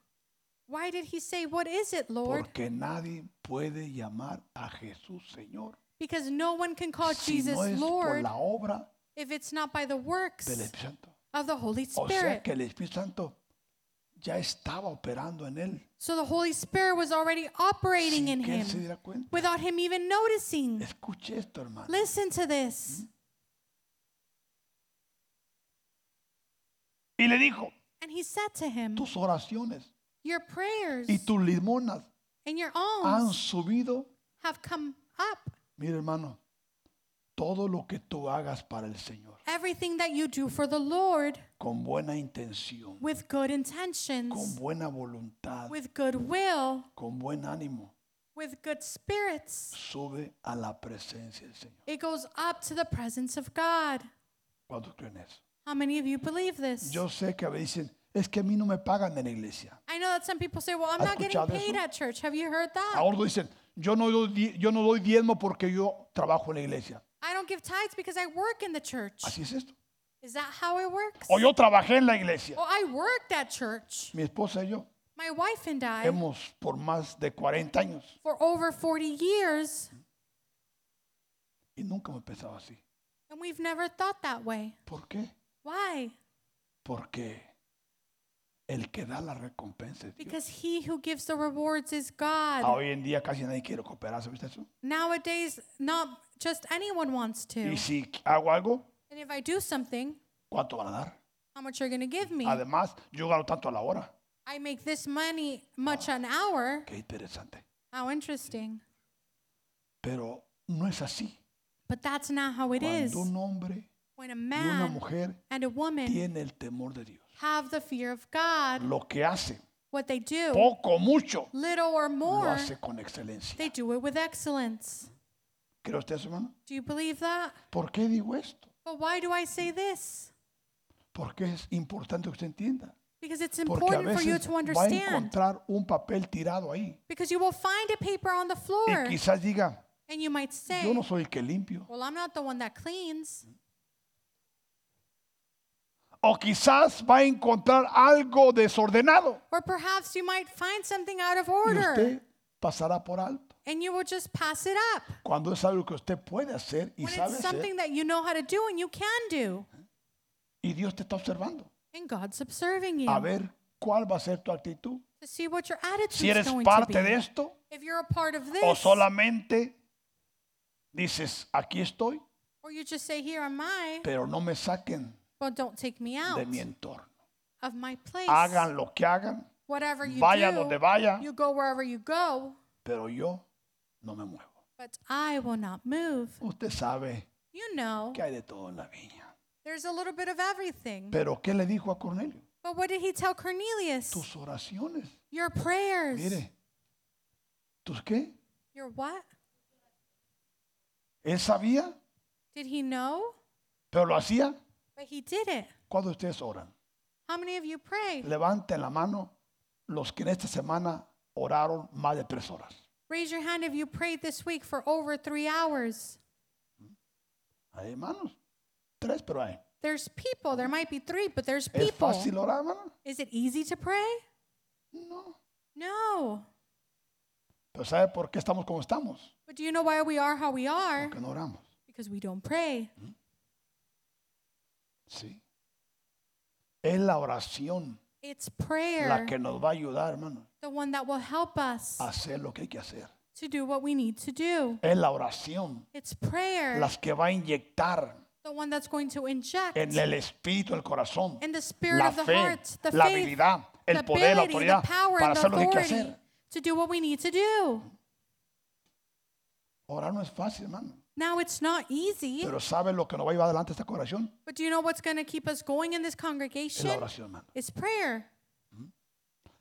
B: Why did he say, What is it, Lord?
A: Porque nadie puede llamar a Jesús Señor
B: Because no one can call
A: si
B: Oh, Jesus
A: no es por
B: Lord
A: la obra
B: if it's not by the
A: del
B: works
A: Espíritu Santo.
B: of the Holy
A: O sea
B: Spirit.
A: que el Espíritu Santo ya estaba operando en él
B: So the Holy Spirit was already operating in
A: sin que él se
B: him
A: diera cuenta.
B: without him even noticing.
A: Escuche esto, hermano.
B: Listen to this.
A: Mm-hmm. Y le dijo,
B: And he said to him,
A: tus oraciones
B: Your prayers
A: y Ah, tus limonas
B: and your
A: han
B: alms
A: subido.
B: have come up.
A: Mira, hermano, todo lo que tú hagas para el Señor,
B: Everything that you do for the Lord
A: con buena intención,
B: with good
A: con
B: intentions,
A: buena voluntad,
B: with good will,
A: con buen ánimo,
B: with good spirits,
A: sube a la presencia del Señor.
B: it goes up to the presence of God.
A: ¿Cuántos creen eso?
B: How many of you believe this?
A: Yo sé que a veces dicen, es que a mí no me pagan en la iglesia.
B: I know that some people say, well, I'm
A: ¿Has
B: not getting
A: escuchado
B: paid
A: eso?
B: at church. Have you heard that?
A: Ahora dicen, yo no, doy, di- yo no doy diezmo porque yo trabajo en la iglesia.
B: I don't give tithes because I work in the church.
A: Así es esto.
B: Is that how it works?
A: O yo trabajé en la iglesia.
B: Well, I worked at church.
A: Mi esposa y yo
B: My wife and I,
A: hemos por más de 40 años
B: for over 40 years,
A: y nunca hemos pensado así.
B: and we've never thought that way.
A: ¿Por qué?
B: Why?
A: Porque el que da la recompensa es Dios.
B: Because he who gives the rewards is
A: Ah,
B: God.
A: hoy en día casi nadie quiere cooperarse, ¿viste eso?
B: Nowadays, not just anyone wants to.
A: Y si hago algo,
B: And if I do something,
A: ¿cuánto van a dar?
B: how much you're going to give me?
A: Además, yo gano tanto a la hora.
B: I make this money much an hour.
A: Qué interesante.
B: How interesting.
A: Pero no es así.
B: But that's not how it is.
A: Cuando un hombre
B: When a
A: y una
B: man
A: mujer
B: and a woman
A: tiene el temor de Dios,
B: have the fear of God,
A: lo que hace,
B: what they do,
A: poco o mucho,
B: little or
A: lo
B: more,
A: hace con excelencia.
B: they do it with excellence.
A: ¿Cree usted eso, hermano?
B: Do you believe that?
A: ¿Por qué digo esto?
B: But why do I say this?
A: Porque es importante que usted entienda.
B: Because it's
A: Porque a
B: important for you
A: veces
B: to
A: va a
B: understand.
A: encontrar un papel tirado ahí.
B: Because you will find a paper on the floor
A: Y quizás diga,
B: and you might
A: yo
B: say,
A: no soy el que limpio.
B: Well, I'm not the one that cleans.
A: O quizás va a encontrar algo desordenado.
B: Or perhaps you might find something out of
A: Y
B: order
A: usted pasará por alto.
B: and you will just pass it up.
A: Cuando es algo que usted puede hacer y eh?
B: When
A: sabe
B: it's
A: hacer.
B: something that you know how to do and you can do,
A: Y Dios te está observando.
B: and God's observing you
A: A ver cuál va a ser tu actitud.
B: to see what your
A: Si
B: attitude is
A: eres
B: going to be.
A: parte de esto
B: If you're a part of
A: o
B: this,
A: solamente dices, aquí estoy,
B: or you just say, Here am I,
A: pero no me saquen
B: but don't take me out
A: de mi entorno.
B: of my place.
A: Hagan lo que hagan,
B: Whatever you
A: vaya
B: do,
A: donde vaya,
B: you go wherever you go,
A: pero yo no me muevo.
B: but I will not move.
A: Usted sabe
B: You know,
A: que hay de todo en la viña.
B: there's a little bit of everything.
A: Pero ¿qué le dijo a Cornelio?
B: But what did he tell Cornelius?
A: Tus oraciones.
B: Your prayers.
A: Mire. ¿Tus qué?
B: Your what?
A: Él sabía,
B: Did he know?
A: pero lo hacía
B: But he did it.
A: cuando ustedes oran.
B: How many of you pray?
A: Levanten la mano los que en esta semana oraron más de tres horas.
B: Raise your hand if you prayed this week for over three hours.
A: Hay hermanos. Tres, pero hay.
B: There's people. There might be three, but there's
A: ¿Es
B: people.
A: fácil orar, hermano?
B: Is it easy to pray?
A: No.
B: No.
A: Pero ¿sabe por qué estamos como estamos?
B: But do you know why we are how we are?
A: Porque no oramos.
B: Because we don't pray.
A: Sí. Es la oración
B: It's
A: la
B: prayer,
A: que Ah. nos va a ayudar, hermano,
B: the one that will help us
A: a hacer lo que hay que hacer.
B: to do what we need to do.
A: Es la oración
B: It's prayer,
A: las que va a inyectar
B: the one that's going to inject
A: en el espíritu, el corazón,
B: in the spirit
A: la
B: of the
A: fe,
B: heart, the
A: la
B: faith,
A: habilidad,
B: the
A: el poder, la
B: ability, the
A: autoridad
B: power,
A: para
B: and the
A: hacer lo que hay que
B: authority
A: hacer.
B: to do what we need to do.
A: Orar no es fácil, hermano.
B: Now, it's not easy,
A: Pero ¿sabe lo que nos va a llevar adelante esta oración?
B: but do you know what's going to keep us going in this
A: Es la
B: congregation?
A: oración, hermano.
B: It's prayer.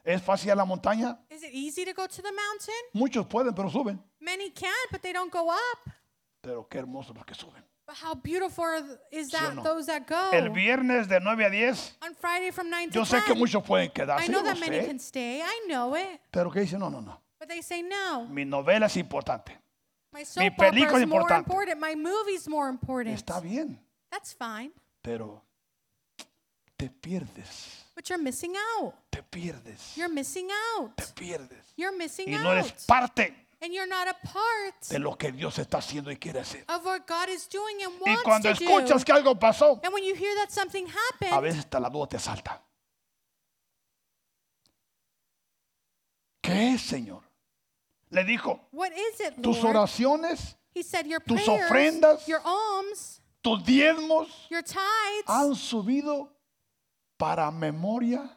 A: ¿Es fácil ir a la montaña?
B: Is it easy to go to the mountain?
A: Muchos pueden, pero suben.
B: Many can, but they don't go up.
A: Pero qué hermoso los que suben.
B: But how beautiful are th- is
A: o
B: that
A: no?
B: those that go?
A: El viernes de 9 a 10,
B: On Friday from 9 to
A: yo sé que
B: 10.
A: muchos pueden
B: I
A: quedarse,
B: know
A: yo lo
B: that many
A: sé.
B: can stay. I know it.
A: Pero que dicen, no, no, no.
B: But they say no.
A: Mi novela es importante.
B: My soap opera
A: película
B: is
A: es
B: more
A: importante.
B: important. My movie's more important.
A: Está bien,
B: That's fine.
A: pero te pierdes,
B: But you're missing out.
A: te pierdes,
B: You're missing
A: te
B: out.
A: pierdes.
B: You're missing
A: Y no eres
B: out.
A: parte
B: And you're not a part
A: de lo que Dios está haciendo y quiere hacer.
B: of what God is doing and
A: Y
B: wants
A: cuando
B: to
A: escuchas
B: do.
A: que algo pasó,
B: And when you hear that something
A: a
B: happened,
A: veces hasta la duda te asalta. ¿Qué es, Señor? Le dijo,
B: what is it,
A: tus
B: Lord?
A: oraciones,
B: He said, your
A: tus
B: prayers,
A: ofrendas,
B: your alms,
A: tus diezmos
B: your tithes,
A: han subido para memoria.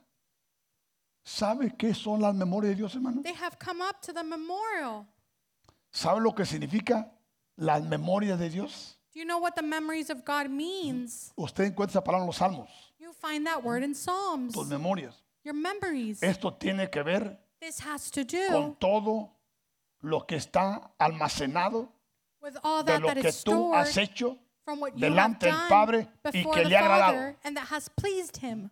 A: ¿Sabe qué son las memorias de Dios, hermano?
B: they have come up to the memorial.
A: ¿Sabe lo que significa las memorias de Dios?
B: Do you know what the memories of God means?
A: Usted encuentra esa palabra en los salmos,
B: You find that word in Psalms.
A: tus memorias.
B: Your memories.
A: Esto tiene que ver
B: This has to
A: con
B: do
A: todo lo que está almacenado
B: with all
A: de
B: that
A: lo
B: that
A: que
B: is
A: tú
B: stored
A: has hecho
B: from what you have
A: delante del
B: done
A: Padre y
B: before
A: que
B: the
A: le ha agradado.
B: Father and that has pleased Him.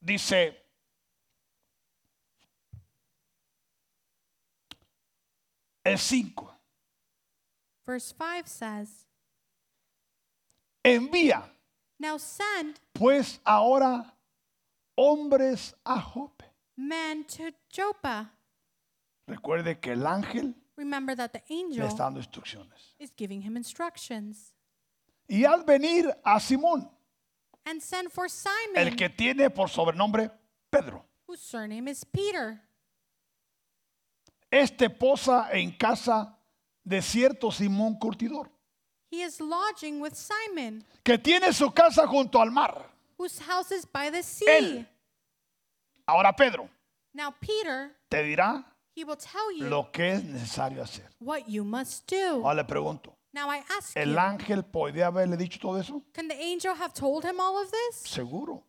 A: dice, el 5,
B: Verse 5 says,
A: envía
B: Now send
A: pues ahora hombres a Jope.
B: men to Joppa.
A: Recuerde que el ángel
B: Remember that the
A: le
B: angel
A: está dando instrucciones.
B: is giving him instructions.
A: Y al venir a Simón,
B: And send for
A: el
B: Simon,
A: que tiene por sobrenombre Pedro,
B: whose surname is Peter.
A: este posa en casa de cierto Simón Curtidor,
B: He is lodging with Simon,
A: que tiene su casa junto al mar.
B: whose house is by the sea.
A: Él. Ahora Pedro
B: Now, Peter,
A: te dirá
B: he will tell you
A: lo que es necesario hacer.
B: what you must do.
A: Ahora le pregunto,
B: Now, I ask
A: ¿el
B: you,
A: ángel podría haberle dicho todo eso?
B: can the angel have told him all of this?
A: Seguro.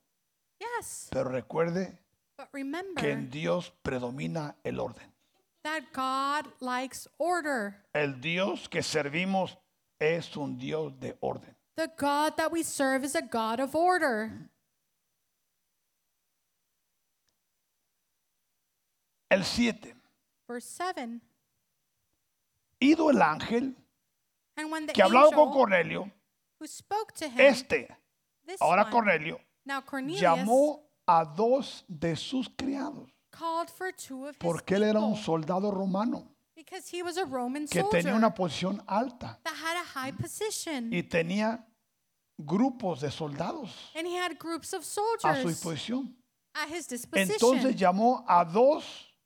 B: Yes.
A: Pero recuerde
B: But
A: que
B: remember
A: en Dios predomina el orden.
B: that God likes order.
A: El Dios que servimos es un Dios de orden.
B: The God that we serve is a God of order.
A: El 7.
B: Verse 7.
A: Ido el ángel
B: And when the
A: que ha hablado con
B: angel
A: Cornelio,
B: who spoke to him,
A: este,
B: this
A: ahora
B: one,
A: Cornelio,
B: now Cornelius,
A: llamó a dos de sus criados,
B: called for two of his
A: porque él era un
B: people
A: soldado romano
B: because he was a Roman
A: que
B: soldier
A: tenía una posición alta
B: that had a high position.
A: y tenía grupos de soldados
B: And he had groups of
A: a su
B: soldiers
A: disposición.
B: at his disposition.
A: Entonces llamó a dos,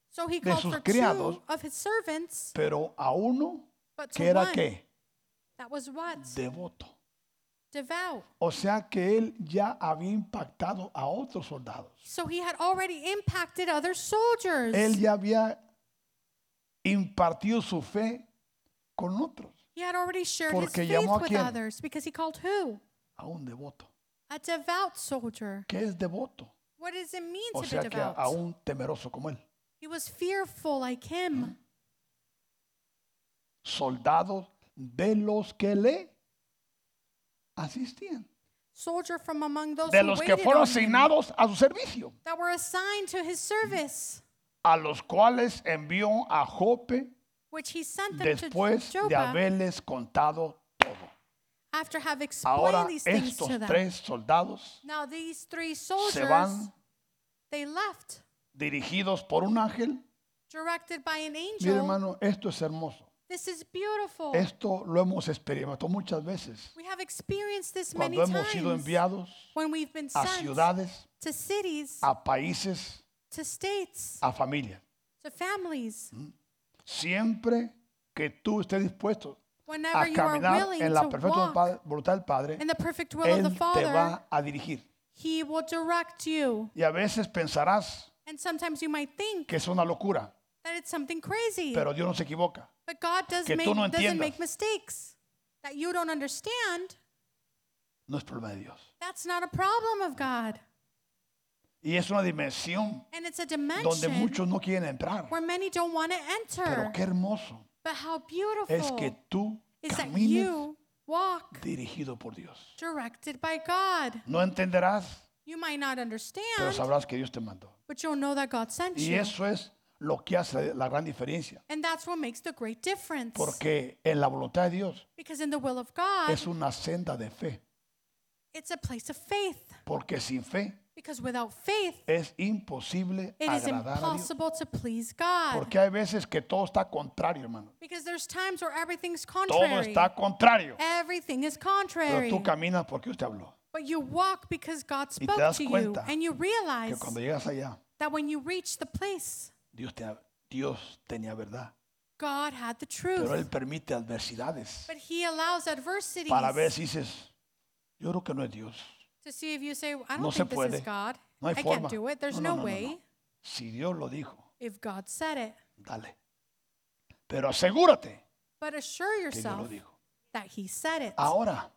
B: so he
A: de
B: called
A: sus
B: for
A: criados,
B: two of his servants,
A: pero a uno
B: but to
A: que era
B: one
A: qué?
B: that was what?
A: Devoto.
B: Devout.
A: O sea que él ya había impactado a otros soldados.
B: So he had already impacted other soldiers.
A: Él ya había impartido su fe con otros,
B: he had already shared his
A: Porque
B: faith
A: llamó a
B: with
A: quién?
B: others because he called who?
A: a un devoto.
B: A devout soldier.
A: ¿Qué es devoto?
B: What does it mean
A: O
B: to
A: sea
B: be
A: que a,
B: devout?
A: a un temeroso como él.
B: he was fearful like him.
A: Soldados de los que le asistían.
B: Soldier from among those
A: De
B: who
A: los que
B: waited
A: fueron
B: on him,
A: asignados a su servicio.
B: that were assigned to his service,
A: A los cuales envió a Jope
B: which he sent them
A: después
B: to Joppa
A: de haberles contado todo.
B: after have
A: Ahora
B: explained these things
A: estos
B: to them.
A: tres soldados
B: Now these three
A: se
B: soldiers,
A: van
B: they left,
A: dirigidos por un ángel.
B: directed by an
A: Mire
B: angel.
A: hermano, esto es hermoso.
B: This is beautiful.
A: Esto lo hemos experimentado muchas veces.
B: We have experienced this many
A: Cuando hemos sido
B: times
A: enviados
B: when we've been
A: a
B: sent
A: ciudades,
B: to cities,
A: a países,
B: to states,
A: a familias.
B: to families.
A: Mm, Siempre que tú estés dispuesto a
B: Whenever you are
A: caminar
B: willing
A: en la
B: to
A: perfecta
B: walk
A: pa- voluntad del Padre,
B: in the perfect will of
A: Él
B: the
A: te
B: Father,
A: va a dirigir.
B: He will direct you.
A: Y a veces pensarás
B: And sometimes you might think
A: que es una locura,
B: that it's something crazy.
A: pero Dios no se equivoca.
B: But God does
A: que tú
B: make,
A: no
B: doesn't
A: entiendas.
B: make mistakes. That you don't understand,
A: No es problema de Dios.
B: that's not a problem of God.
A: Y es una dimensión
B: And it's a
A: donde
B: dimension
A: muchos no quieren entrar.
B: where many don't want to
A: Pero
B: enter.
A: qué hermoso
B: But how
A: es que
B: beautiful
A: tú
B: is that
A: camines
B: you walk
A: dirigido por Dios.
B: directed by God.
A: No entenderás,
B: You might not
A: pero
B: understand,
A: sabrás que Dios te mandó.
B: but you'll know that God sent
A: Y
B: you.
A: eso es lo que hace la gran diferencia.
B: And that's what makes the great difference.
A: Porque en la voluntad de Dios
B: Because in the will of God,
A: es una senda de fe.
B: it's a place of faith.
A: Porque sin fe
B: Because without faith,
A: es imposible
B: it is
A: agradar a Dios.
B: impossible to please God.
A: Porque hay veces que todo está contrario, hermano.
B: Because there's times where everything's
A: Todo
B: contrary.
A: está contrario.
B: Everything is
A: Pero
B: contrary.
A: tú caminas porque Dios te habló.
B: But you walk because God
A: te
B: spoke
A: das
B: to you.
A: cuenta
B: And you
A: Que
B: realize
A: cuando llegas allá,
B: that when you reach the place,
A: Dios, te- Dios tenía verdad.
B: God had the
A: Pero Él
B: truth.
A: permite adversidades
B: But He allows adversities
A: para ver si dices, yo creo que no es Dios.
B: to see if you say, I don't
A: No se
B: think this is
A: puede.
B: God.
A: No hay
B: I
A: forma.
B: can't do it. There's
A: No, no, no, no,
B: no, way.
A: no. Si Dios lo dijo,
B: If God said it.
A: dale. Pero asegúrate
B: But
A: que
B: assure
A: Dios lo
B: yourself
A: dijo.
B: that He said it.
A: Ahora,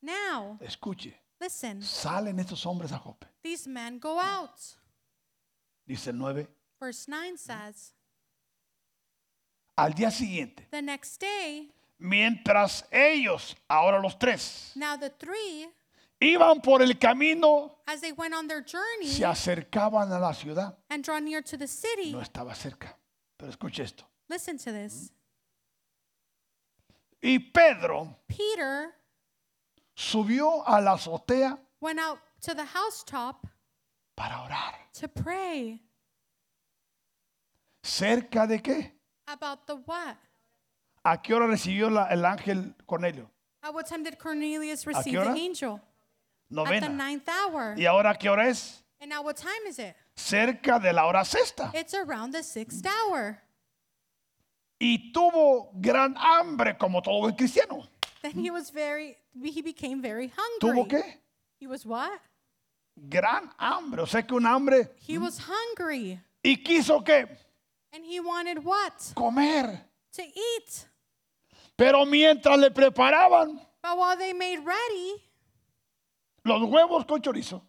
B: Now,
A: escuche,
B: listen.
A: salen estos hombres a Jope.
B: These men go out.
A: Dice el 9.
B: Verse 9 says,
A: Al día siguiente,
B: The next day,
A: mientras ellos, ahora los tres,
B: now the three,
A: iban por el camino,
B: as they went on their journey
A: se acercaban a la ciudad.
B: and draw near to the city,
A: No estaba cerca. Pero escuche esto.
B: listen to this.
A: Y Pedro
B: Peter
A: subió a la azotea
B: went out to the housetop
A: para orar.
B: to pray.
A: ¿Cerca de qué?
B: About the what?
A: ¿A qué hora recibió la- el ángel Cornelio?
B: At what time did Cornelius receive
A: hora?
B: the angel? At the
A: Novena.
B: ninth hour.
A: ¿Y ahora qué hora es?
B: And now what time is it?
A: Cerca de la hora sexta.
B: It's around the sixth hour.
A: Y tuvo gran hambre como todo buen cristiano.
B: Then he was very, he became very hungry.
A: ¿Tuvo qué?
B: He was what?
A: Gran hambre. O sea que un hambre.
B: He was hungry.
A: ¿Y quiso qué?
B: And he wanted what?
A: Comer.
B: To eat.
A: Pero mientras le preparaban
B: But while they made ready
A: los huevos con chorizo,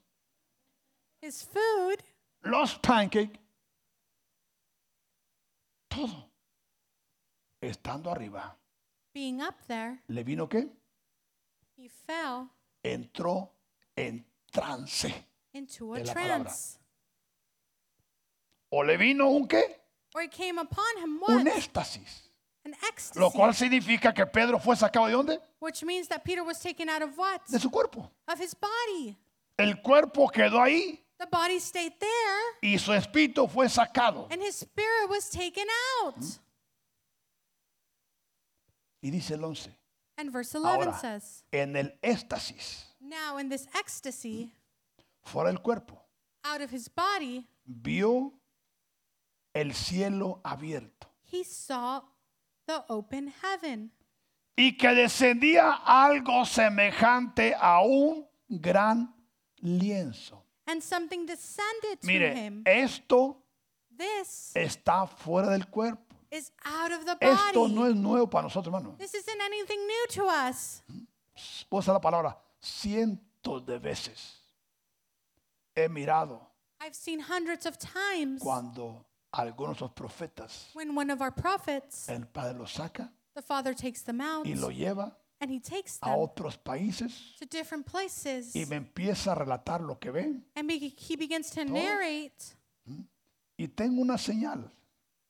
B: his food,
A: los pancakes, todo. Estando arriba,
B: being up there,
A: ¿le vino qué?
B: he fell
A: Entró en trance.
B: into a
A: Es la palabra.
B: trance.
A: ¿O le vino un qué?
B: Or it came upon him what?
A: Un éxtasis.
B: An ecstasy.
A: Lo cual significa que Pedro fue sacado de dónde?
B: Which means that Peter was taken out of what?
A: De su cuerpo.
B: Of his body.
A: El cuerpo quedó ahí
B: The body stayed there,
A: y su espíritu fue sacado.
B: and his spirit was taken out.
A: Hmm? Y dice el 11.
B: And verse 11
A: Ahora.
B: says,
A: En el éxtasis,
B: Now in this ecstasy,
A: fuera del cuerpo,
B: out of his body,
A: vio el cielo abierto.
B: he saw the open heaven,
A: y que descendía algo semejante a un gran lienzo.
B: and something descended to
A: Mire, eh,
B: him.
A: esto
B: This
A: está fuera del cuerpo.
B: is out of the
A: Esto
B: body.
A: no es nuevo para nosotros, hermano.
B: This isn't anything new to us.
A: Voy a usar la palabra cientos de veces. He mirado
B: I've seen hundreds of times
A: cuando algunos de los profetas,
B: when one of our prophets,
A: el Padre los saca
B: the Father takes them out
A: eh, y lo lleva
B: and he takes
A: a
B: them
A: otros países
B: to different places
A: y me empieza a relatar lo que ven.
B: and be- he begins to narrate.
A: Y tengo una señal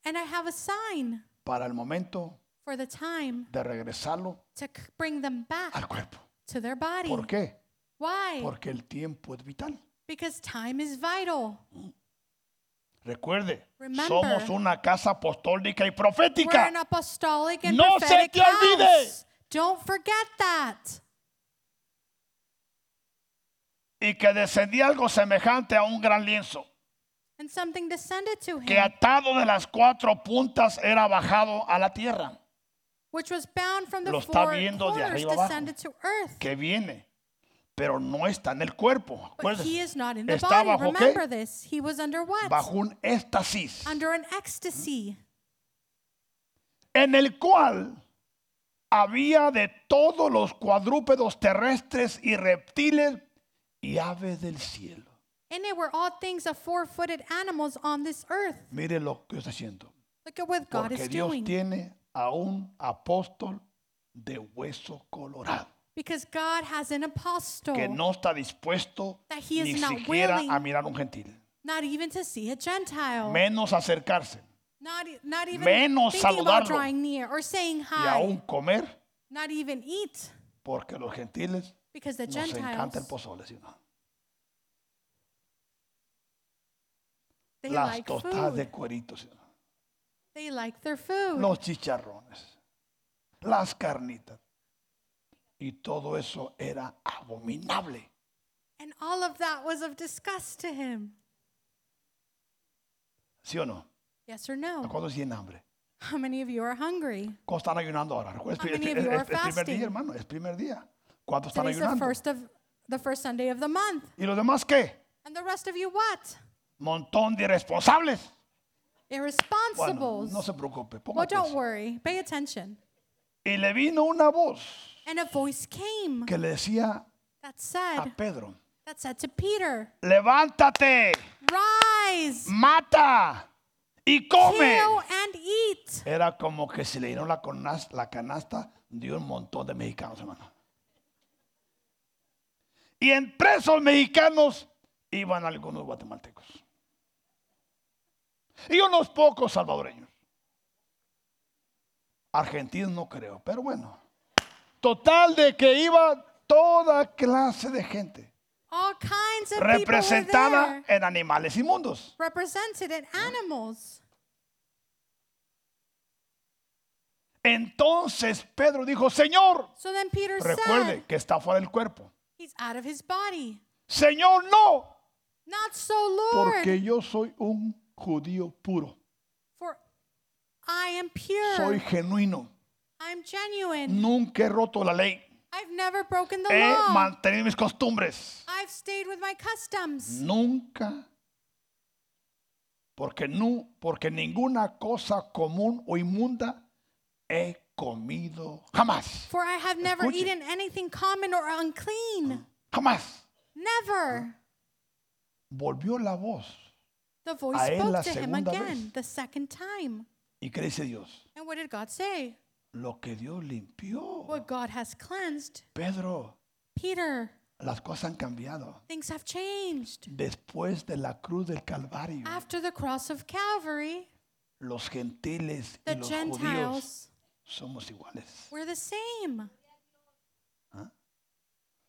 B: And I have a sign
A: para el momento
B: for the time
A: de regresarlo
B: to c- bring them back
A: al cuerpo.
B: to their body.
A: ¿Por qué?
B: Why?
A: Porque el tiempo es vital.
B: Because time is vital.
A: Recuerde,
B: Remember.
A: somos una casa apostólica y
B: We're an
A: profética.
B: apostolic and
A: No se
B: prophetic
A: te olvide.
B: house. Don't forget that.
A: Y que descendía algo semejante a un gran lienzo,
B: And something descended to
A: que
B: him,
A: atado de las cuatro puntas era bajado a la tierra,
B: which was bound from the
A: Lo está
B: four
A: viendo de
B: corners,
A: arriba abajo.
B: descended to earth.
A: que viene, pero no está en el cuerpo.
B: But
A: Acuérdense,
B: he is not in the
A: Está
B: body.
A: bajo qué?
B: Remember this. He was under what?
A: bajo un éxtasis,
B: Under an ecstasy.
A: en el cual había de todos los cuadrúpedos terrestres y reptiles y aves del cielo.
B: In it were all things of four footed animals on this earth.
A: Mire lo que está haciendo.
B: Look at what God
A: Porque
B: is
A: Dios
B: doing.
A: tiene a un apóstol de hueso colorado
B: Because God has an apostle,
A: que no está dispuesto
B: Oh. That he is
A: ni
B: not
A: siquiera
B: willing. Oh.
A: a mirar a un gentil,
B: not even to see a Gentile,
A: menos acercarse
B: not, e- not even
A: menos
B: thinking about
A: saludarlo.
B: drawing near or saying
A: y
B: hi,
A: aún comer,
B: not even eat,
A: porque los gentiles
B: because the
A: nos encanta el
B: Gentiles,
A: pozole, ¿sí o no?
B: they
A: las
B: like
A: tostadas de
B: food.
A: cueritos, ¿sí o no?
B: They like their food.
A: los chicharrones, las carnitas, y todo eso era abominable.
B: And all of that was of disgust to him.
A: ¿Sí o no?
B: Yes or no?
A: ¿Cuándo tienen hambre?
B: How many of you are hungry?
A: ¿Cómo están ayunando ahora? Recuerda,
B: How
A: es,
B: many
A: es-
B: of
A: es-
B: you are
A: es primer
B: fasting?
A: día, hermano, es primer día. ¿Cuántos están
B: Today's the
A: ayunando?
B: first of the first Sunday of the month.
A: ¿Y los demás qué?
B: And the rest of you what?
A: Montón de irresponsables. Bueno,
B: Irresponsibles.
A: no se preocupe,
B: well,
A: póngate
B: don't
A: eso.
B: worry. Pay attention.
A: Y le vino una voz
B: And a voice came
A: que le decía
B: that
A: a
B: said,
A: Pedro,
B: that said to Peter,
A: levántate,
B: Rise,
A: mata y come.
B: kill, and eat.
A: Era como que si le dieron la canasta, la canasta de un montón de mexicanos, hermano. Y en presos mexicanos iban algunos guatemaltecos. Y unos pocos salvadoreños. Argentinos no creo, pero bueno. Total de que iba toda clase de gente.
B: All kinds of people were
A: Representada
B: there,
A: en animales inmundos.
B: represented in animals.
A: Entonces Pedro dijo, Señor,
B: So then Peter
A: recuerde
B: said,
A: que está fuera del cuerpo.
B: He's out of his body.
A: Señor, no,
B: Not so, Lord,
A: porque yo soy un judío puro,
B: for I am pure.
A: soy genuino,
B: I'm genuine.
A: nunca he roto la ley,
B: I've never broken the
A: he
B: law.
A: mantenido mis costumbres,
B: I've stayed with my customs.
A: nunca, porque, no, porque ninguna cosa común o inmunda he comido, jamás,
B: For I have never
A: Escuche. Ah.
B: eaten anything common or unclean.
A: jamás.
B: Never.
A: Volvió la voz
B: The voice
A: A él Ah, la
B: spoke to him
A: segunda
B: again
A: vez.
B: the second time.
A: y ¿qué dice Dios?
B: And what did God say?
A: Lo que Dios limpió.
B: What God has cleansed.
A: Pedro,
B: Peter,
A: las cosas han cambiado.
B: things have
A: Mm-hmm.
B: changed.
A: Después de la cruz del Calvario,
B: After the cross of Calvary,
A: los gentiles y
B: the
A: los judíos
B: Gentiles
A: somos iguales.
B: were the same.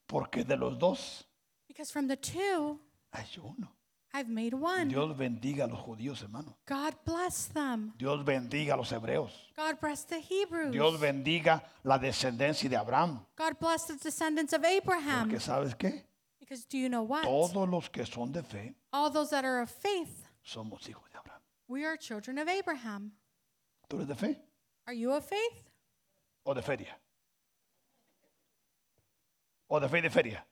A: Porque de los dos
B: Because from the two,
A: hay uno.
B: I've made one.
A: Dios bendiga a los judíos, hermano.
B: God bless them.
A: Dios bendiga a los hebreos.
B: God bless the Hebrews.
A: Dios bendiga la descendencia de Abraham.
B: God bless the descendants of Abraham.
A: Porque sabes qué?
B: Because do you know what?
A: Todos los que son de fe
B: All those that are of faith,
A: somos hijos de Abraham.
B: we are children of Abraham.
A: ¿Tú eres de fe
B: Are you of faith?
A: o de feria? ¿O de fe y de feria?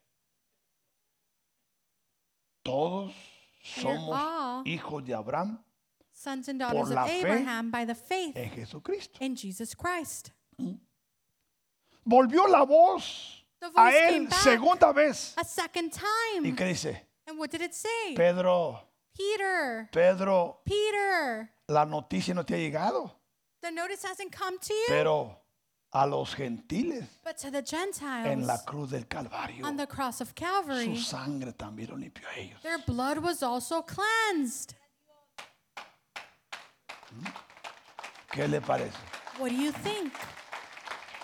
A: Todos somos
B: all
A: hijos de Abraham
B: Sons and daughters
A: la
B: of
A: fe Eh.
B: Abraham by the faith
A: en Jesucristo.
B: in Jesus Christ.
A: Volvió la voz
B: The
A: a
B: voice came
A: él
B: back.
A: segunda vez.
B: A second
A: ¿Y
B: time.
A: qué dice?
B: And what did it say?
A: Pedro,
B: Peter,
A: Pedro,
B: Peter,
A: la noticia no te ha llegado,
B: the notice hasn't come to you,
A: pero a los gentiles
B: but to the
A: en
B: Gentiles
A: la cruz del Calvario,
B: on the cross of
A: su
B: Calvary,
A: sangre también lo limpió a ellos.
B: their blood was also cleansed.
A: ¿Qué le parece?
B: What do you think?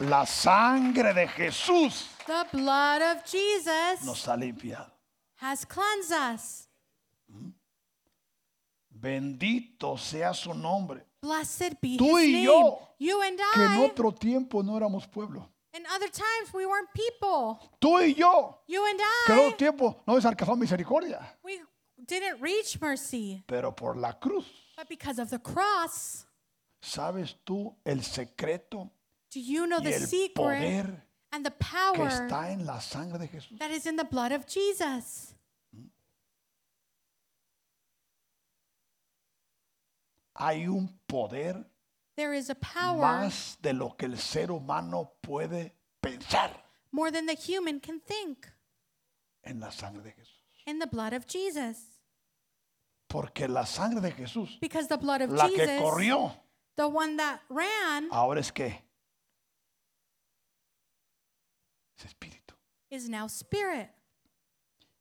A: La sangre de Jesús
B: The blood of Jesus
A: nos ha limpiado.
B: has cleansed us.
A: Bendito sea su nombre.
B: Blessed be
A: Tú
B: his
A: y
B: name.
A: yo,
B: you and
A: Que en
B: I,
A: otro tiempo no éramos pueblo.
B: in other times, we weren't people.
A: Tú y yo,
B: You and
A: que en
B: I,
A: otro tiempo no alcanzamos misericordia.
B: we didn't reach mercy.
A: Pero por la cruz,
B: But because of the cross,
A: ¿sabes tú el secreto
B: do you know
A: y
B: the
A: el
B: secret
A: poder
B: and the
A: que
B: power
A: está en la sangre de Jesús?
B: that is in the blood of Jesus?
A: Hay un poder
B: There is a power
A: más de lo que el ser humano puede pensar
B: more than the human can think
A: en la sangre de Jesús.
B: in the blood of Jesus.
A: Porque la sangre de Jesús,
B: Because the blood of
A: la que
B: Jesus,
A: corrió,
B: the one that ran,
A: ahora es que es espíritu.
B: is now spirit.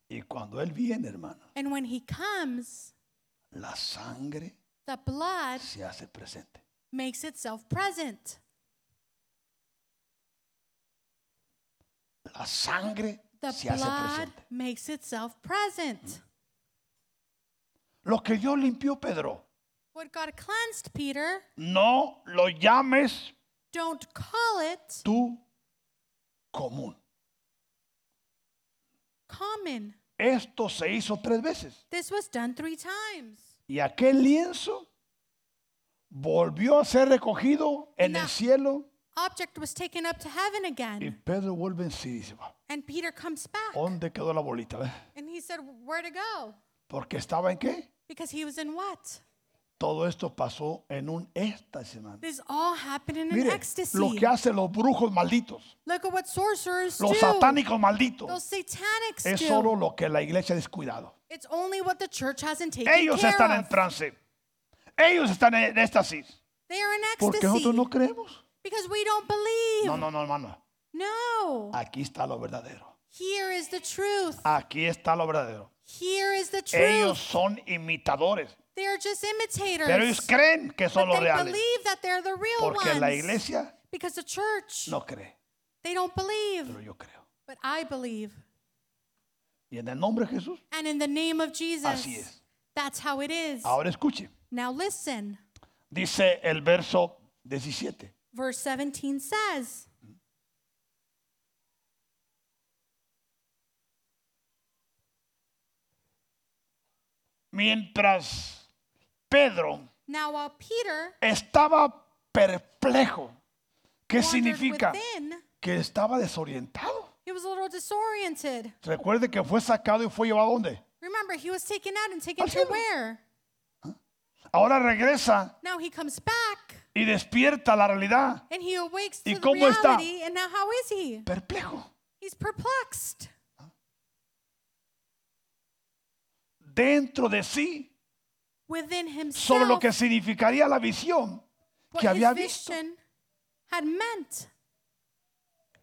A: Y cuando Él viene, hermano,
B: And when he comes,
A: la sangre
B: the blood
A: se hace presente.
B: makes itself present.
A: La sangre
B: The
A: se hace
B: blood
A: presente.
B: makes itself present.
A: Lo que Dios limpió, Pedro,
B: What God cleansed, Peter,
A: no lo llames
B: don't call it
A: tú común.
B: common.
A: Esto se hizo tres veces.
B: This was done three times.
A: Y aquel lienzo volvió a ser recogido en el
B: No.
A: cielo.
B: Object was taken up to heaven
A: Y
B: again.
A: Pedro vuelve en sí y dice, "Va,
B: And Peter comes back.
A: ¿dónde quedó la bolita? ve?"
B: And he said, Where to go?
A: Porque estaba en qué?
B: Because he was in what?
A: Todo esto pasó en un éxtasis, hermano.
B: This all happened in an
A: Mire,
B: ecstasy.
A: lo que hacen los brujos malditos,
B: Look at what sorcerers
A: los
B: do.
A: satánicos malditos,
B: Those satanics
A: es
B: do.
A: solo lo que la iglesia ha descuidado.
B: It's only what the church hasn't taken
A: Ellos
B: care
A: están
B: of.
A: en trance. Ellos están en éxtasis.
B: They are in
A: Porque
B: ecstasy.
A: nosotros no creemos.
B: Because we don't believe.
A: No, no, no, hermano.
B: No.
A: Aquí está lo verdadero.
B: Here is the truth.
A: Aquí está lo verdadero.
B: Here is the truth.
A: Ah. Ellos son imitadores.
B: they are just imitators.
A: Pero ellos creen que
B: but
A: son
B: they
A: los reales.
B: believe that they're the real
A: Porque
B: ones.
A: la iglesia
B: because the church,
A: no cree.
B: they don't believe.
A: Pero yo creo.
B: But I believe.
A: Y en el nombre de Jesús.
B: And in the name of Jesus,
A: Así es.
B: that's how it is.
A: Ahora escuche.
B: Now listen.
A: Dice el verso 17.
B: Verse 17 says,
A: Mientras Pedro
B: Now while Peter
A: estaba perplejo, ¿qué
B: wandered
A: significa?
B: within,
A: Que estaba desorientado.
B: he was a little disoriented.
A: Recuerde que fue sacado y fue llevado a dónde.
B: Remember, he was taken out and taken
A: Al
B: to
A: cielo.
B: where?
A: Ahora regresa
B: Now he comes back
A: y despierta la realidad.
B: and he awakes
A: ¿Y
B: to the
A: cómo está?
B: reality. And now how is he?
A: Perplejo.
B: He's perplexed.
A: Dentro de sí
B: within himself
A: sobre lo que significaría la visión
B: what
A: que
B: his
A: había visto.
B: vision had meant.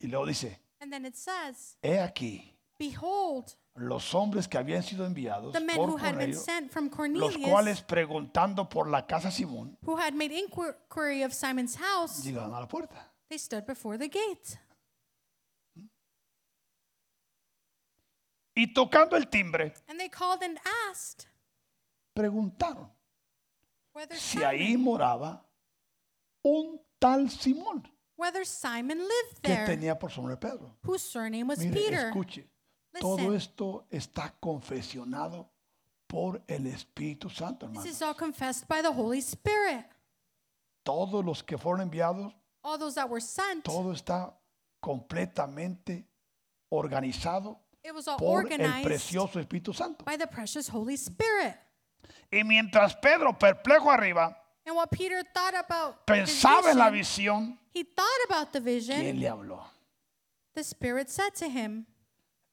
A: Y luego dice,
B: And then it says,
A: he aquí
B: Behold,
A: los hombres que habían sido enviados
B: the men
A: por
B: who had been
A: Cornelio,
B: sent from
A: los
B: Cornelius,
A: cuales preguntando por la casa de Simón,
B: who had made inquiry of Simon's house,
A: llegaron a la puerta.
B: they stood before the gate.
A: Y tocando el timbre,
B: And they called and asked
A: preguntaron
B: whether,
A: si
B: Simon,
A: ahí moraba un tal Simón
B: whether Simon lived
A: que
B: there,
A: tenía por su nombre Pedro.
B: whose surname was
A: Mire,
B: Peter.
A: escuche, todo
B: Listen.
A: esto está confesionado por el Espíritu Santo, hermano.
B: This is all confessed by the Holy Spirit.
A: Todos los que fueron enviados,
B: All those that were sent,
A: todo está completamente organizado
B: it was all
A: por el
B: organized
A: precioso Espíritu Santo.
B: by the precious Holy Spirit.
A: Y mientras Pedro, perplejo arriba,
B: And what Peter thought about his
A: pensaba en la
B: vision,
A: visión,
B: He thought about the
A: ¿quién
B: vision.
A: le habló?
B: The Spirit said to him,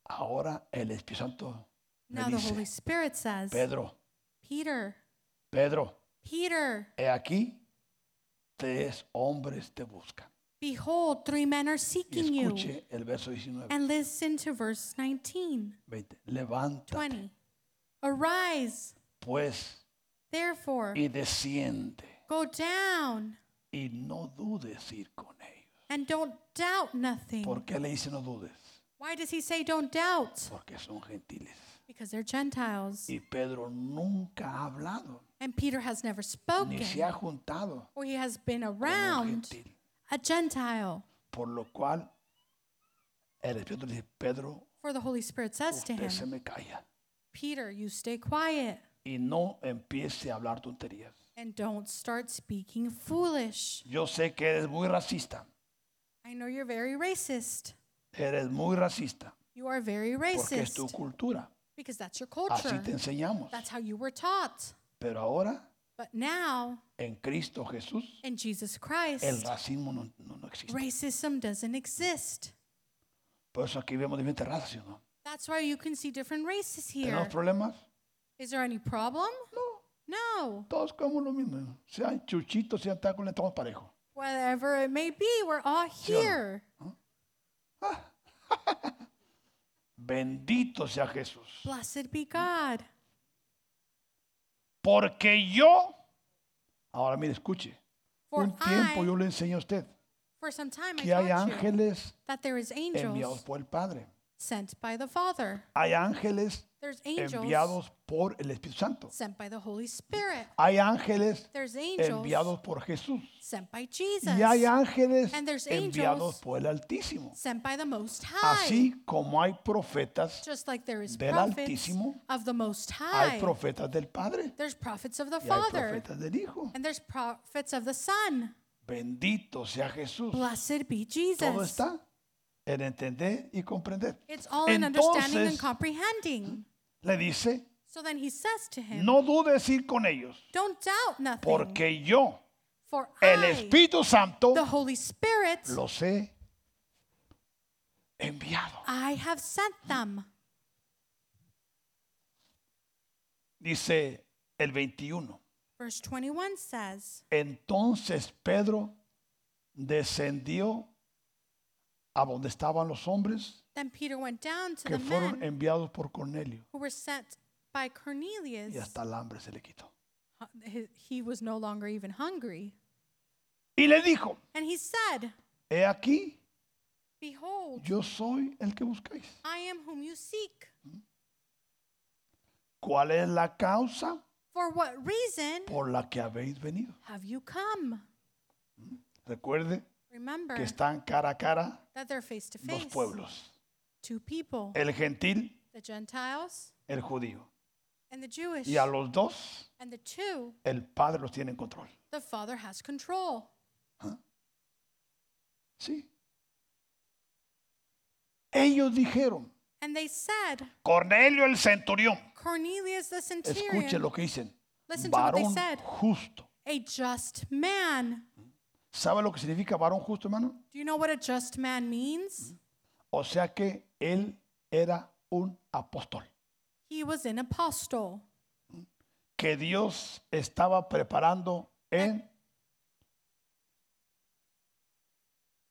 A: Ahora el Espíritu Santo le
B: Now the Holy
A: dice,
B: Spirit says,
A: Pedro,
B: Peter,
A: Pedro,
B: Peter,
A: he aquí tres hombres te buscan.
B: behold, three men are
A: Y
B: seeking you.
A: escuche el verso 19.
B: And listen to verse 19,
A: 20. Levántate,
B: 20. Arise,
A: pues,
B: therefore,
A: y desciende,
B: go down,
A: y no dudes ir con ellos.
B: and don't doubt nothing.
A: ¿Por qué le dice no dudes?
B: Why does he say don't doubt?
A: porque son gentiles.
B: Because they're Gentiles.
A: Y Pedro nunca ha hablado,
B: And Peter has never
A: ni
B: spoken,
A: se ha juntado
B: or he has been
A: con un
B: around
A: gentil.
B: a Gentile.
A: Por lo cual el Espíritu le dice, Pedro,
B: For the Holy Spirit says to
A: usted se
B: him,
A: me calla
B: Peter, you stay quiet
A: y no empiece a hablar tonterías.
B: and don't start speaking foolish.
A: Yo sé que eres muy racista,
B: I know you're very racist.
A: eres muy racista,
B: You are very
A: porque es tu
B: racist
A: cultura,
B: because that's your
A: así
B: culture.
A: te enseñamos.
B: That's how you were taught.
A: Pero ahora,
B: But now,
A: en Cristo Jesús,
B: in Jesus
A: el
B: Christ,
A: racismo no, no- no existe.
B: racism doesn't exist.
A: Por eso aquí vemos diferentes razas, ¿sí o ¿no?
B: That's why you can see different races
A: ¿Tenemos
B: here.
A: problemas?
B: Is there any problem?
A: No.
B: No.
A: Todos comemos lo mismo. Sean chuchitos, sean tacos, estamos parejos.
B: Whatever it may be, we're
A: o
B: all
A: no?
B: here.
A: Bendito sea Jesús.
B: Blessed be God.
A: Porque yo, ahora mire, escuche,
B: For
A: un tiempo
B: I,
A: yo le enseño a usted
B: for some time, I
A: que hay
B: taught you
A: ángeles
B: that there is
A: enviados
B: angels
A: por el Padre.
B: sent by the Father.
A: Hay ángeles
B: There's angels
A: enviados por el Espíritu Santo.
B: sent by the Holy Spirit.
A: Hay ángeles
B: There's angels
A: enviados por Jesús.
B: sent by Jesus.
A: Y hay ángeles
B: And there's
A: enviados
B: angels
A: por el Altísimo.
B: Sent by the Most High.
A: Así como hay profetas,
B: Just like there is
A: del
B: prophets
A: Altísimo,
B: of the Most
A: hay
B: High.
A: profetas del Padre
B: There's prophets of the
A: y hay
B: Father.
A: profetas del Hijo.
B: And there's prophets of the Son.
A: Bendito sea Jesús.
B: Blessed be
A: Todo
B: Jesus.
A: está en entender y comprender.
B: It's all in understanding and
A: Entonces-
B: comprehending.
A: Le dice,
B: So then he says to him,
A: no dudes ir con ellos,
B: Don't doubt nothing,
A: porque yo,
B: for
A: el
B: I,
A: Espíritu Santo,
B: the Holy Spirit,
A: los he enviado.
B: I have sent them.
A: Dice el 21.
B: Verse 21 says,
A: Entonces Pedro descendió a donde estaban los hombres
B: Then Peter went down to
A: que
B: the
A: fueron
B: men
A: enviados por Cornelio.
B: who were sent by
A: Y
B: Cornelius.
A: hasta el hambre se le quitó.
B: Hu- he- He was no longer even hungry.
A: Y le dijo,
B: And he said,
A: he aquí,
B: Behold,
A: yo soy el que buscáis.
B: I am whom you seek.
A: ¿Cuál es la causa
B: For what reason
A: por la que habéis venido?
B: have you come?
A: Recuerde
B: Remember
A: que están cara a cara
B: that they're face to
A: dos
B: face.
A: pueblos,
B: Two people,
A: el gentil,
B: the Gentiles
A: el judío.
B: and the Jewish.
A: Y a los dos,
B: And the two,
A: el Padre los tiene en control.
B: the Father has control.
A: ¿Sí? Ellos dijeron,
B: And they said,
A: Cornelio el centurión,
B: Cornelius the
A: escuche
B: centurion,
A: lo que dicen,
B: Listen to what they
A: varón
B: said.
A: justo.
B: a just man.
A: ¿Sabe lo que significa varón justo, hermano?
B: Do you know what a just man means?
A: O sea que él era un apóstol,
B: He was an apostle
A: que Dios estaba preparando en,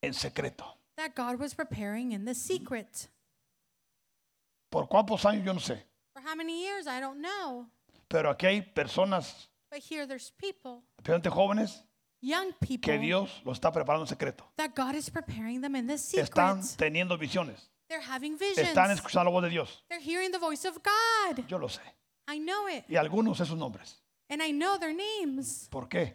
A: en secreto.
B: that God was preparing in the secret.
A: ¿Por cuántos años? Yo no sé.
B: For how many years? I don't know.
A: Pero aquí hay personas,
B: But here there's people,
A: especialmente jóvenes,
B: young
A: que
B: people,
A: Dios lo está preparando en secreto.
B: that God is preparing them in the
A: Están
B: secret.
A: teniendo visiones.
B: They're having visions.
A: Están escuchando la voz de Dios.
B: They're hearing the voice of God.
A: Yo lo sé.
B: I know it.
A: Y algunos de sus nombres.
B: And I know their names.
A: ¿Por qué?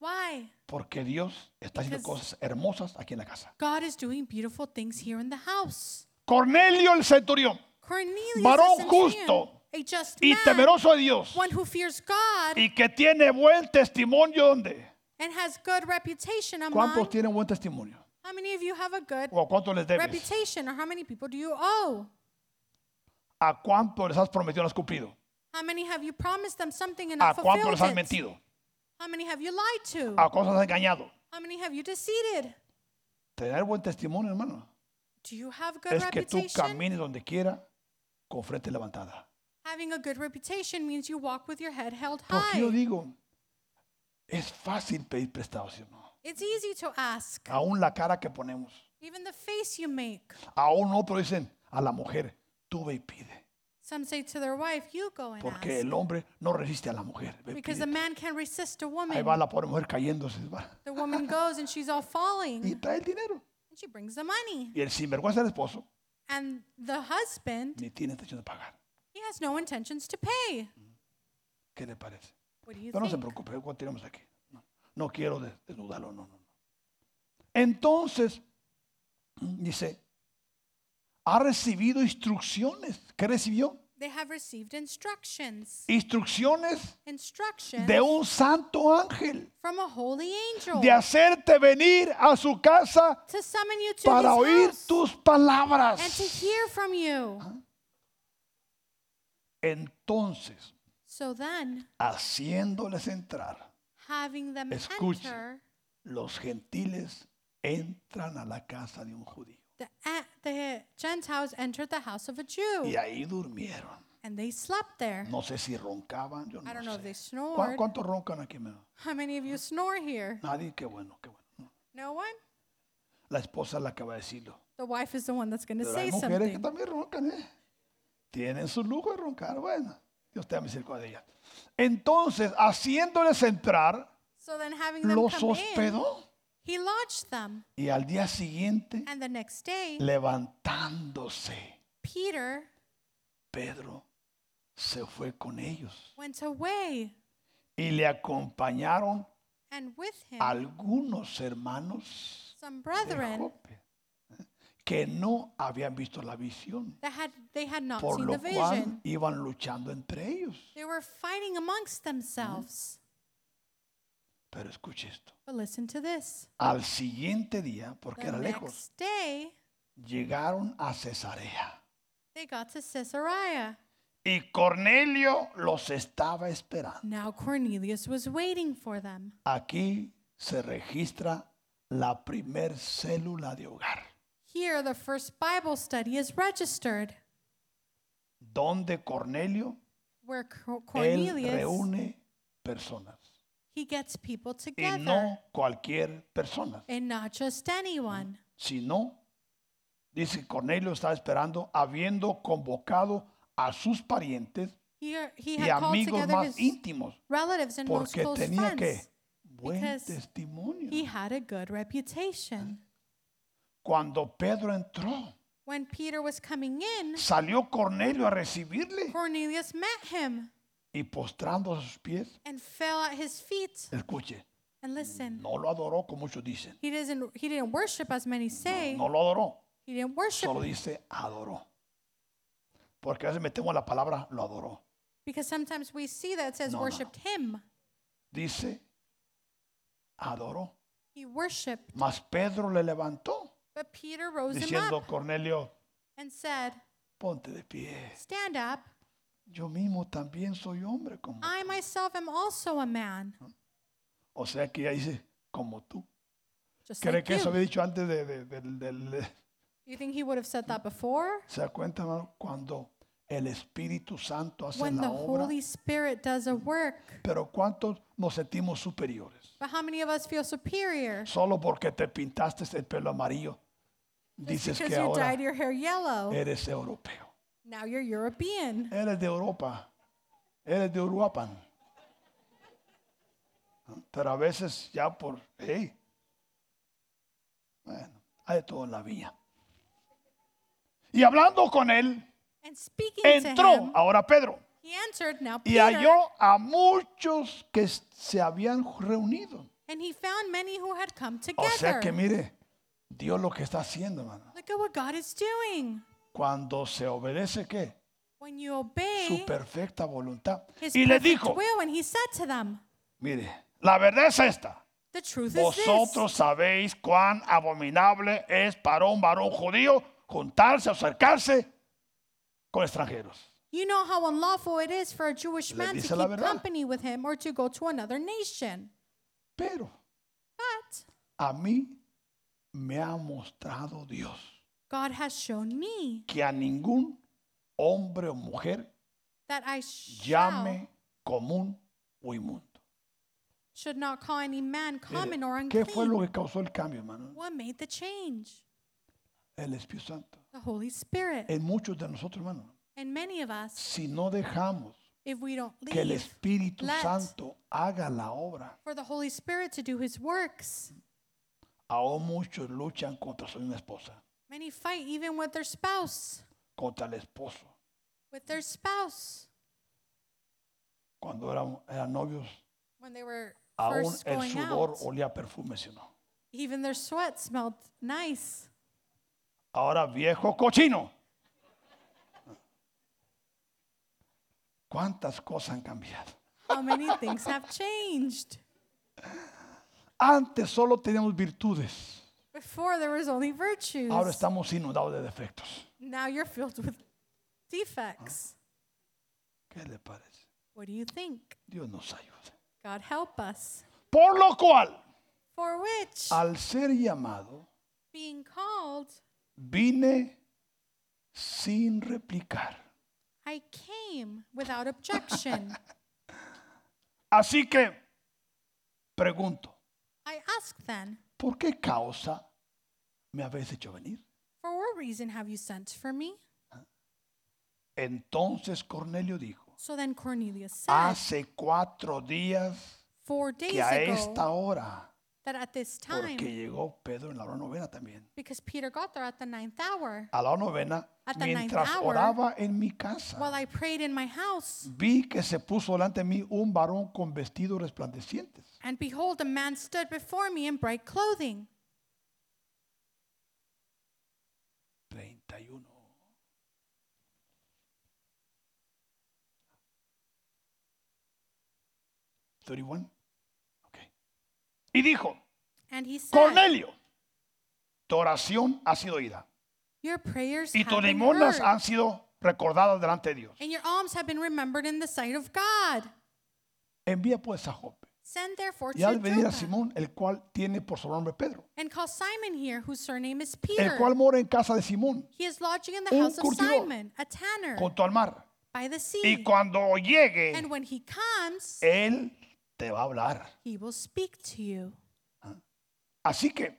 B: Why?
A: Porque Dios está haciendo
B: Because-
A: cosas hermosas aquí en la casa.
B: God is doing beautiful things here in the house.
A: Cornelio el centurión
B: Cornelius
A: Varón
B: is a
A: justo
B: man, a just
A: y
B: man,
A: temeroso de Dios
B: one who fears God
A: y que tiene buen testimonio donde.
B: and has good reputation among.
A: ¿Cuántos tienen buen testimonio?
B: How many of you have a good
A: ¿O a cuántos les debes?
B: reputation, or how many people do you owe?
A: ¿A cuánto les has prometido y no has cumplido?
B: How many have you promised them something and
A: ¿A
B: not
A: cuánto
B: fulfilled
A: Ah, les has
B: it?
A: mentido? Ah.
B: How many have you lied to?
A: ¿A cuántos has engañado?
B: how many have you deceived?
A: Tener buen testimonio, hermano,
B: Do you have good
A: es que tú
B: reputation?
A: camines donde quiera con frente levantada.
B: Having a good reputation means you walk with your head held
A: Porque
B: high.
A: yo digo, es fácil pedir prestado, ¿sí o no?
B: it's easy to ask.
A: Aún la cara que ponemos.
B: Even the face you make.
A: Aún otro dicen a la mujer, tú ve y pide.
B: Some say to their wife, "You go and ask."
A: Porque el hombre no resiste a la mujer. ve y pide.
B: Because the man can resist a
A: Ahí
B: woman.
A: va la pobre mujer cayéndose. va.
B: The woman goes and she's all falling.
A: Y trae el dinero.
B: And she brings the money.
A: Y el sinvergüenza del esposo
B: And the husband,
A: ni tiene intención de pagar.
B: he has no intentions to pay.
A: ¿Qué le parece?
B: What do you
A: No, no se
B: think?
A: preocupe, continuamos aquí. No, no quiero des- desnudarlo, no, no, no. Entonces, dice, ha recibido instrucciones. ¿Qué recibió?
B: They have received instructions.
A: Instrucciones
B: Instructions
A: de un santo ángel
B: from a holy angel
A: de hacerte venir a su casa
B: to summon you to
A: para
B: his
A: oír Ah.
B: house
A: tus
B: and to
A: palabras.
B: hear from you.
A: Entonces,
B: So then,
A: haciéndoles entrar,
B: having them
A: Escuche.
B: enter,
A: los gentiles entran a la casa de un judío.
B: the, a- the Gentiles entered the house of a Jew
A: Y ahí durmieron.
B: and they slept there.
A: No sé si roncaban, yo
B: I don't know
A: no
B: if they
A: sé.
B: snored.
A: ¿Cuá- ¿Cuántos roncan aquí? mi amor?
B: How many of you snore here?
A: Nadie, qué bueno, qué bueno.
B: No one?
A: La esposa es la que va a decirlo.
B: The wife is the one that's going to
A: Pero hay
B: say
A: mujeres que
B: something.
A: también roncan, ¿eh? Tienen su lujo de roncar, bueno. Dios te da misericordia de ellas. Entonces, haciéndoles entrar,
B: So then, having them
A: los
B: come in,
A: hospedó.
B: he lodged them.
A: Y al día siguiente,
B: And the next day,
A: levantándose,
B: Peter
A: Pedro se fue con ellos.
B: went away,
A: Y le acompañaron
B: and with him
A: algunos hermanos
B: some
A: de
B: brethren
A: Jope, ¿eh? que no habían visto la visión,
B: that had they had not
A: por
B: seen the
A: lo cual
B: vision.
A: iban luchando entre ellos.
B: They were fighting amongst themselves.
A: Pero escuche esto.
B: But listen to this.
A: Al siguiente día, porque
B: The
A: era lejos,
B: next day,
A: llegaron a Cesarea.
B: they got to Caesarea.
A: Y Cornelio los estaba esperando.
B: Now Cornelius was waiting for them.
A: Aquí se registra la primer célula de hogar,
B: Here, the first Bible study is registered,
A: donde Cornelio,
B: where Cor-
A: él
B: Cornelius
A: reúne personas.
B: he gets people
A: Y
B: together,
A: no cualquier persona.
B: and not just anyone.
A: Si no, dice Cornelio estaba esperando, habiendo convocado a sus parientes
B: Here, he
A: y
B: had called
A: amigos
B: together
A: más
B: his
A: íntimos,
B: relatives and most
A: porque
B: close
A: tenía
B: friends.
A: que buen
B: because He
A: testimonio.
B: had a good reputation.
A: Cuando Pedro entró,
B: When Peter was coming in,
A: salió Cornelio a recibirle
B: Cornelius met him
A: y postrando a sus pies,
B: and fell at his feet.
A: escuche,
B: And listen,
A: no lo adoró como muchos dicen,
B: he doesn't he didn't worship as many say.
A: no lo adoró,
B: He didn't worship
A: solo dice adoró. Porque a veces metemos la palabra lo adoró.
B: because sometimes we see that it says
A: No, no, no.
B: worshiped him.
A: Dice adoró.
B: He worshiped.
A: Mas Pedro le levantó,
B: But Peter rose him
A: diciendo,
B: up
A: Cornelio,
B: and said,
A: ponte de pie.
B: Stand up.
A: Yo mismo también soy hombre como
B: I myself am also a man.
A: O sea que ya dice, como tú.
B: Just
A: ¿Cree
B: like
A: que eso
B: you.
A: había dicho antes de- de- del- del- de-
B: You think he would have said that before?
A: ¿Se da cuenta, hermano? Cuando el Espíritu Santo hace
B: When the
A: la obra.
B: Holy Spirit does a work.
A: Pero ¿cuántos nos sentimos superiores?
B: But how many of us feel superior?
A: Solo porque te pintaste el pelo amarillo,
B: Just
A: dices
B: because
A: que
B: you
A: ahora
B: dyed your hair yellow,
A: eres europeo.
B: now you're European.
A: Eres de Europa. Eres de Uruapan. Pero a veces ya por... hey, bueno, hay de todo en la vía. Y hablando con él,
B: And speaking to
A: entró
B: him,
A: ahora Pedro
B: he entered now
A: y
B: Peter,
A: halló a muchos que s- se habían reunido.
B: and he found many who had come
A: O sea
B: together.
A: que mire, Dios lo que está haciendo, hermano.
B: Look at what God is doing.
A: Cuando se obedece, ¿qué?
B: When you obey
A: Su perfecta voluntad.
B: his
A: Y le
B: perfect
A: dijo,
B: will, and he said to them,
A: mire, la verdad es esta.
B: the truth is
A: Vosotros
B: this.
A: sabéis cuán abominable es para un varón judío juntarse o acercarse con extranjeros.
B: You know how unlawful it is for a Jewish
A: Le
B: man to
A: dice la
B: keep
A: verdad.
B: company with him or to go to another nation.
A: Pero
B: But
A: a mí me ha mostrado Dios
B: God has shown me
A: que a ningún hombre o mujer
B: that I shall,
A: llame común o inmundo.
B: should not call any man common or
A: Mire,
B: unclean.
A: ¿Qué fue lo que causó el cambio, hermano?
B: What made the change?
A: El Espíritu Santo.
B: The Holy Spirit.
A: En muchos de nosotros, hermano,
B: And many of us,
A: si no dejamos
B: if we don't
A: que el
B: leave
A: Espíritu
B: Let.
A: Santo haga la obra,
B: for the Holy Spirit to do His works,
A: aún muchos luchan contra su misma esposa.
B: Many fight even with their spouse.
A: contra el esposo.
B: With their spouse.
A: Cuando eran, eran novios,
B: When they were
A: aún
B: first
A: el
B: going
A: sudor
B: out.
A: olía a perfume, si no.
B: Even their sweat smelled nice.
A: Ahora viejo cochino. ¿Cuántas cosas han cambiado?
B: How many things have changed?
A: Antes solo teníamos virtudes,
B: Before there was only virtues.
A: ahora estamos inundados de defectos.
B: Now you're filled with defects.
A: ¿Qué le parece?
B: What do you think?
A: Dios nos ayude.
B: God help us.
A: Por lo cual,
B: For which,
A: al ser llamado,
B: being called,
A: vine sin replicar.
B: I came
A: [LAUGHS]
B: without objection.
A: Así que, pregunto,
B: I ask then,
A: ¿por qué causa me habéis hecho venir?
B: For what reason have you sent for me?
A: Entonces Cornelio dijo,
B: So then Cornelius said,
A: hace cuatro días
B: Four days
A: Ah, que a esta
B: ago,
A: hora,
B: that at this time,
A: porque llegó Pedro en la hora novena también.
B: because Peter got there at the ninth hour,
A: A la hora novena,
B: At the ninth
A: mientras
B: hour,
A: oraba en mi casa,
B: while I prayed in my house,
A: vi que se puso delante de mí un varón con vestidos resplandecientes.
B: and behold, a man stood before me in bright clothing.
A: 31. ¿31? Ok. Y dijo,
B: And he said,
A: Cornelio, tu oración ha sido oída
B: Your prayers
A: y
B: have
A: tus
B: been
A: limosnas
B: heard,
A: han sido recordadas delante de Dios.
B: and your alms have been remembered in the sight of God.
A: Envía pues a Job
B: Send therefore
A: y al
B: to
A: venir a
B: Joppa,
A: Simón, el cual tiene por sobrenombre Pedro,
B: and call Simon here, whose surname is
A: el
B: Peter.
A: cual mora en casa de Simón,
B: He is lodging in the
A: un
B: house of
A: curtidor
B: Simon, a tanner,
A: junto al mar.
B: by the
A: Y Eh.
B: sea.
A: cuando llegue,
B: And when he comes,
A: él te va a hablar.
B: he will speak to you.
A: Así que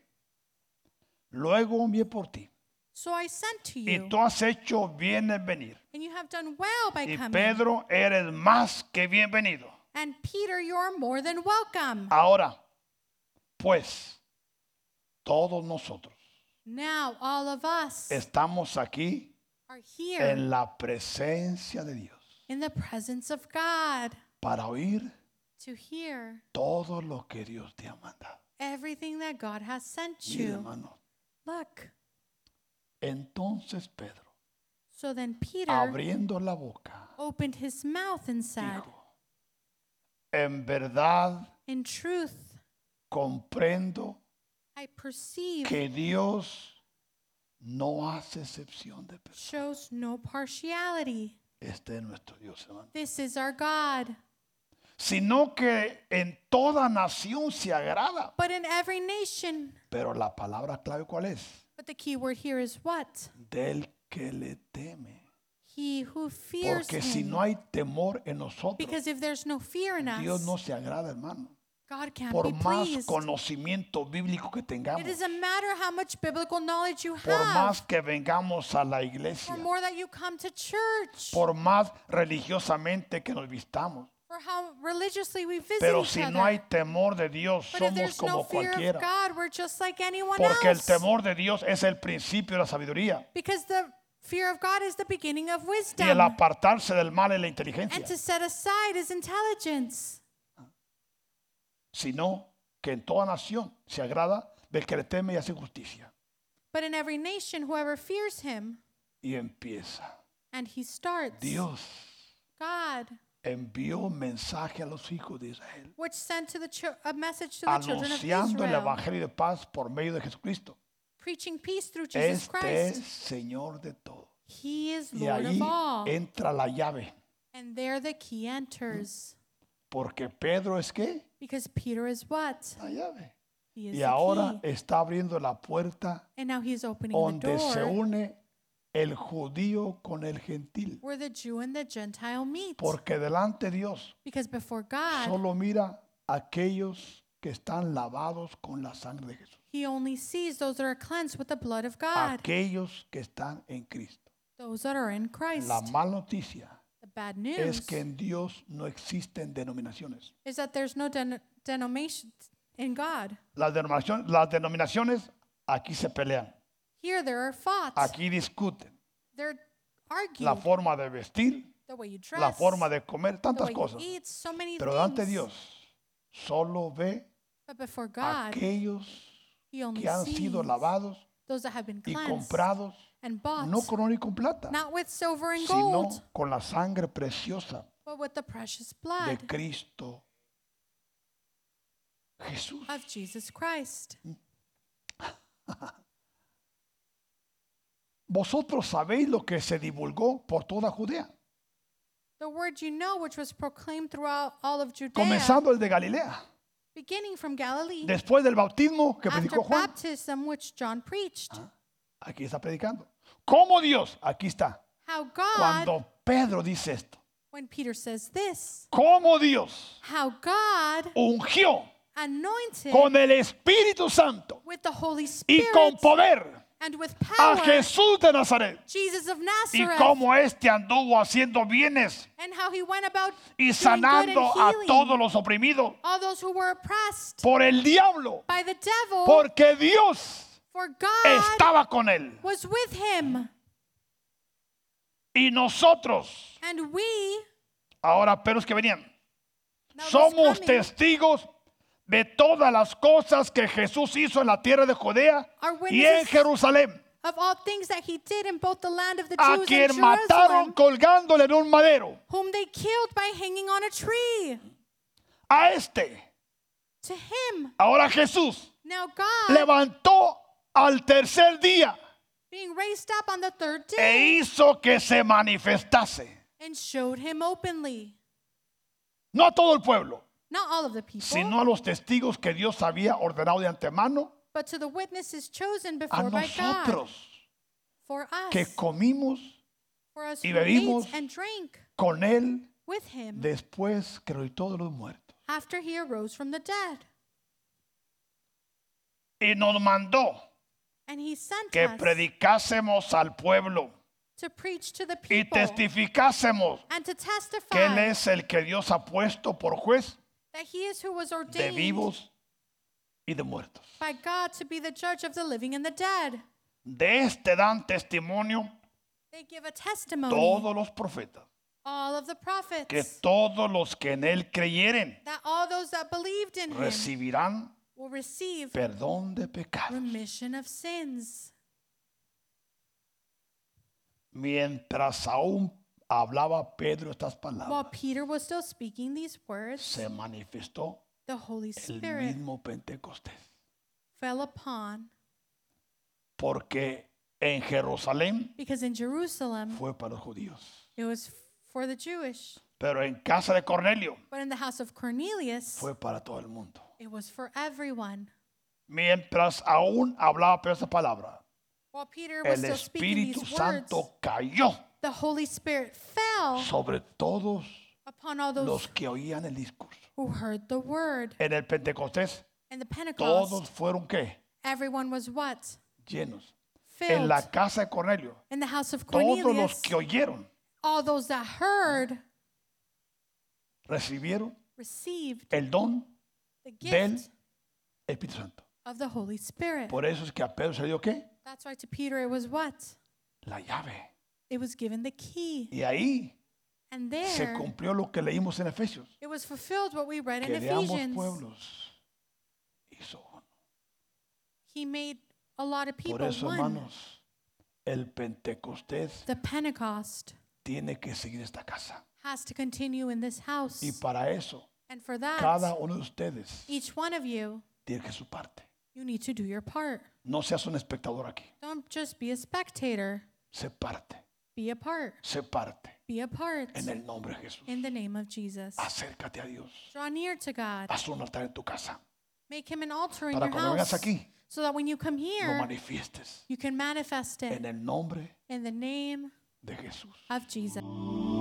A: luego envié por ti
B: So I sent to
A: y
B: you,
A: tú has hecho bien en venir.
B: and you have done well by
A: Y
B: coming.
A: Pedro, eres más que bienvenido.
B: and Peter, you are more than welcome.
A: Ah. Ahora, pues, todos nosotros
B: now all of us
A: estamos aquí
B: are here
A: en la presencia de Dios
B: in the presence of God
A: para oír
B: to hear
A: todo lo que Dios te ha mandado.
B: everything that God has sent
A: Mira,
B: you.
A: hermano,
B: Look.
A: entonces Pedro,
B: So then Peter
A: abriendo la boca,
B: opened his mouth and said,
A: dijo, en verdad
B: In truth,
A: comprendo
B: I perceive
A: que Dios no hace excepción de personas.
B: shows no partiality.
A: Este es nuestro Dios, hermano.
B: This is our God.
A: Sino que en toda nación se agrada.
B: But in every nation,
A: Pero la palabra clave, ¿cuál es?
B: but the key word here is what?
A: Del que le teme.
B: He who fears
A: Porque
B: him.
A: si no hay temor en nosotros,
B: because if there's no fear in us,
A: Dios no se agrada, hermano.
B: God can't
A: Por
B: be
A: más
B: pleased.
A: conocimiento bíblico que tengamos,
B: It doesn't matter how much biblical knowledge you
A: por
B: have,
A: más que vengamos a la
B: or
A: iglesia,
B: more that you come to church,
A: por más religiosamente que nos vistamos,
B: or how religiously we visit
A: pero
B: each
A: si
B: other.
A: no hay temor de Dios,
B: but if
A: somos
B: there's no
A: como
B: fear of
A: cualquiera.
B: God, we're just like anyone
A: Porque el
B: else.
A: temor de Dios es el principio de la sabiduría.
B: because the fear of God is the beginning of
A: Y
B: wisdom,
A: el apartarse del mal es la
B: and
A: inteligencia.
B: to set aside is intelligence.
A: Sino que en toda nación se agrada del que le teme y hace justicia.
B: But in every nation, whoever fears him,
A: Y empieza.
B: and he starts,
A: Dios
B: God,
A: envió un mensaje a los hijos de Israel.
B: which sent to the chil- a message to the children of
A: Anunciando el
B: Israel,
A: evangelio de paz por medio de Jesucristo.
B: preaching peace through Jesus
A: Este
B: Christ.
A: es Señor de todo.
B: He is
A: Y
B: Lord
A: ahí
B: of all.
A: entra la llave.
B: And there the key enters.
A: Porque Pedro es qué?
B: Because Peter is what?
A: La llave.
B: He is
A: Y
B: the
A: ahora
B: key.
A: está abriendo la puerta
B: And now he is opening the
A: donde se
B: door
A: une el judío con el gentil.
B: where the Jew and the Gentile meet.
A: Porque delante de Dios
B: Because before God,
A: solo mira a aquellos que están lavados con la sangre de Jesús.
B: he only sees those that are cleansed with the blood of
A: Ah.
B: God,
A: Aquellos que están en Cristo.
B: those that are in Christ.
A: La mala noticia
B: The bad news
A: es que en Dios no existen denominaciones.
B: is that there's no den- denomination in God.
A: Las denominaciones, las denominaciones aquí se pelean.
B: Here there are thoughts.
A: Aquí discuten
B: They're
A: la
B: arguing.
A: forma de vestir,
B: The way you dress.
A: la forma de comer,
B: the
A: tantas
B: way you
A: cosas.
B: eat. So many
A: Pero
B: things.
A: delante de Dios solo ve
B: But before
A: a
B: God,
A: aquellos
B: He only
A: que han
B: sees
A: sido lavados
B: those that have been
A: y
B: cleansed
A: comprados,
B: and bought,
A: no con oro y con plata,
B: not with silver and
A: sino
B: gold,
A: con la sangre preciosa
B: but with the precious
A: de
B: blood
A: Cristo Jesús.
B: of Jesus Christ.
A: Vosotros sabéis lo que se divulgó por toda Judea,
B: The word you know, which was proclaimed throughout all of Judea,
A: comenzando el de Galilea,
B: beginning from Galilee,
A: después del bautismo que
B: after
A: predicó Juan. Ah.
B: baptism, which John preached,
A: Aquí está predicando. ¿Cómo Dios? Aquí está.
B: how God,
A: Cuando Pedro dice esto,
B: when Peter says this,
A: ¿cómo Dios
B: how God
A: ungió
B: anointed
A: con el Espíritu Santo
B: with the Holy
A: y
B: Spirit
A: con poder
B: and with
A: a
B: power
A: Jesús de Nazaret?
B: Jesus of
A: Y
B: Nazareth,
A: cómo éste anduvo haciendo bienes
B: and how he went about
A: y
B: doing
A: sanando
B: good
A: a
B: and healing
A: todos los oprimidos
B: all those who were oppressed
A: por el diablo,
B: by the devil,
A: porque Dios
B: for God
A: estaba con él.
B: was with him.
A: Y nosotros,
B: And we,
A: ahora pero es que venían,
B: now this
A: somos
B: coming,
A: testigos de todas las cosas que Jesús hizo en la tierra de Judea
B: Are
A: y en
B: witnesses-
A: Jerusalén,
B: of all things that he did in both the land of the
A: a
B: Jews and
A: quien mataron
B: Jerusalem,
A: colgándole en un madero.
B: whom they killed by hanging on a tree.
A: A este,
B: To him,
A: ahora Jesús,
B: now God,
A: levantó al tercer día
B: being raised up on the third
A: e
B: day,
A: hizo que se manifestase.
B: and showed him openly.
A: No a todo el pueblo,
B: Not all of the people,
A: sino a los testigos que Dios había ordenado de antemano
B: but to the witnesses chosen
A: a
B: before by God,
A: nosotros
B: for us,
A: que comimos
B: for us
A: y
B: who ate
A: bebimos
B: and drank
A: con él
B: with him
A: después que resucitó de los muertos.
B: after he arose from the dead.
A: Y nos mandó
B: And he sent
A: que
B: us
A: predicásemos al pueblo
B: to preach to the
A: y
B: people
A: testificásemos
B: and to
A: que él
B: testify
A: es el que Dios ha puesto por juez
B: that he is who was
A: de
B: ordained
A: vivos y de muertos.
B: by God to be the judge of the living and the dead.
A: De este dan testimonio
B: They give a testimony,
A: todos los profetas,
B: all of the
A: que
B: prophets,
A: todos los que en él creyeren
B: that all those that believed in him
A: recibirán
B: will receive
A: perdón de pecados.
B: remission of sins.
A: Mientras aún hablaba Pedro estas palabras,
B: While Peter was still speaking these words,
A: se manifestó
B: the Holy
A: el
B: Spirit
A: mismo Pentecostés.
B: fell upon
A: Porque en Jerusalén
B: because in Jerusalem
A: fue para los judíos,
B: it was for the Jewish,
A: pero en casa de Cornelio
B: but in the house of Cornelius
A: fue para todo el mundo.
B: it was for everyone.
A: Mientras aún hablaba Pedro esa palabra,
B: While Peter was
A: el
B: still speaking
A: Espíritu
B: these words,
A: Santo cayó
B: the Holy Spirit fell
A: sobre todos
B: upon all those
A: los que oían el discurso.
B: who heard the word.
A: En el Pentecostés
B: In the Pentecost,
A: todos fueron qué?
B: everyone was what?
A: Llenos. En
B: Filled.
A: la casa de Cornelio,
B: In the house of
A: todos los
B: Cornelius,
A: que oyeron
B: all those that heard
A: recibieron
B: received
A: el don
B: the
A: del
B: gift
A: Espíritu Santo.
B: of the Holy Spirit.
A: Por eso es que a Pedro se le dio qué?
B: That's why to Peter it was what?
A: La llave.
B: It was given the key.
A: Y ahí
B: And
A: se
B: there,
A: cumplió lo que leímos en Efesios.
B: it was fulfilled what we read in
A: Que de ambos
B: Ephesians.
A: pueblos hizo uno.
B: He made a lot of
A: Por
B: people
A: eso,
B: one.
A: hermanos, el Pentecostés
B: The Pentecost
A: tiene que seguir esta casa.
B: has to continue in this house.
A: Y para eso,
B: And for that,
A: cada uno de ustedes
B: each one of you,
A: tiene que su parte.
B: you need to do your part.
A: No seas un espectador aquí.
B: Don't just be a spectator.
A: Se parte,
B: Be a part.
A: se parte.
B: Be a part.
A: En el nombre de Jesús.
B: In the name of Jesus.
A: Acércate a Dios.
B: Draw near to God.
A: Haz un altar en tu casa.
B: Make him an altar in
A: Para
B: your
A: cuando vengas
B: house.
A: aquí,
B: So that when you come
A: lo
B: here,
A: manifiestes.
B: you can manifest
A: En
B: it
A: el nombre
B: in the name
A: de Jesús.
B: of Jesus.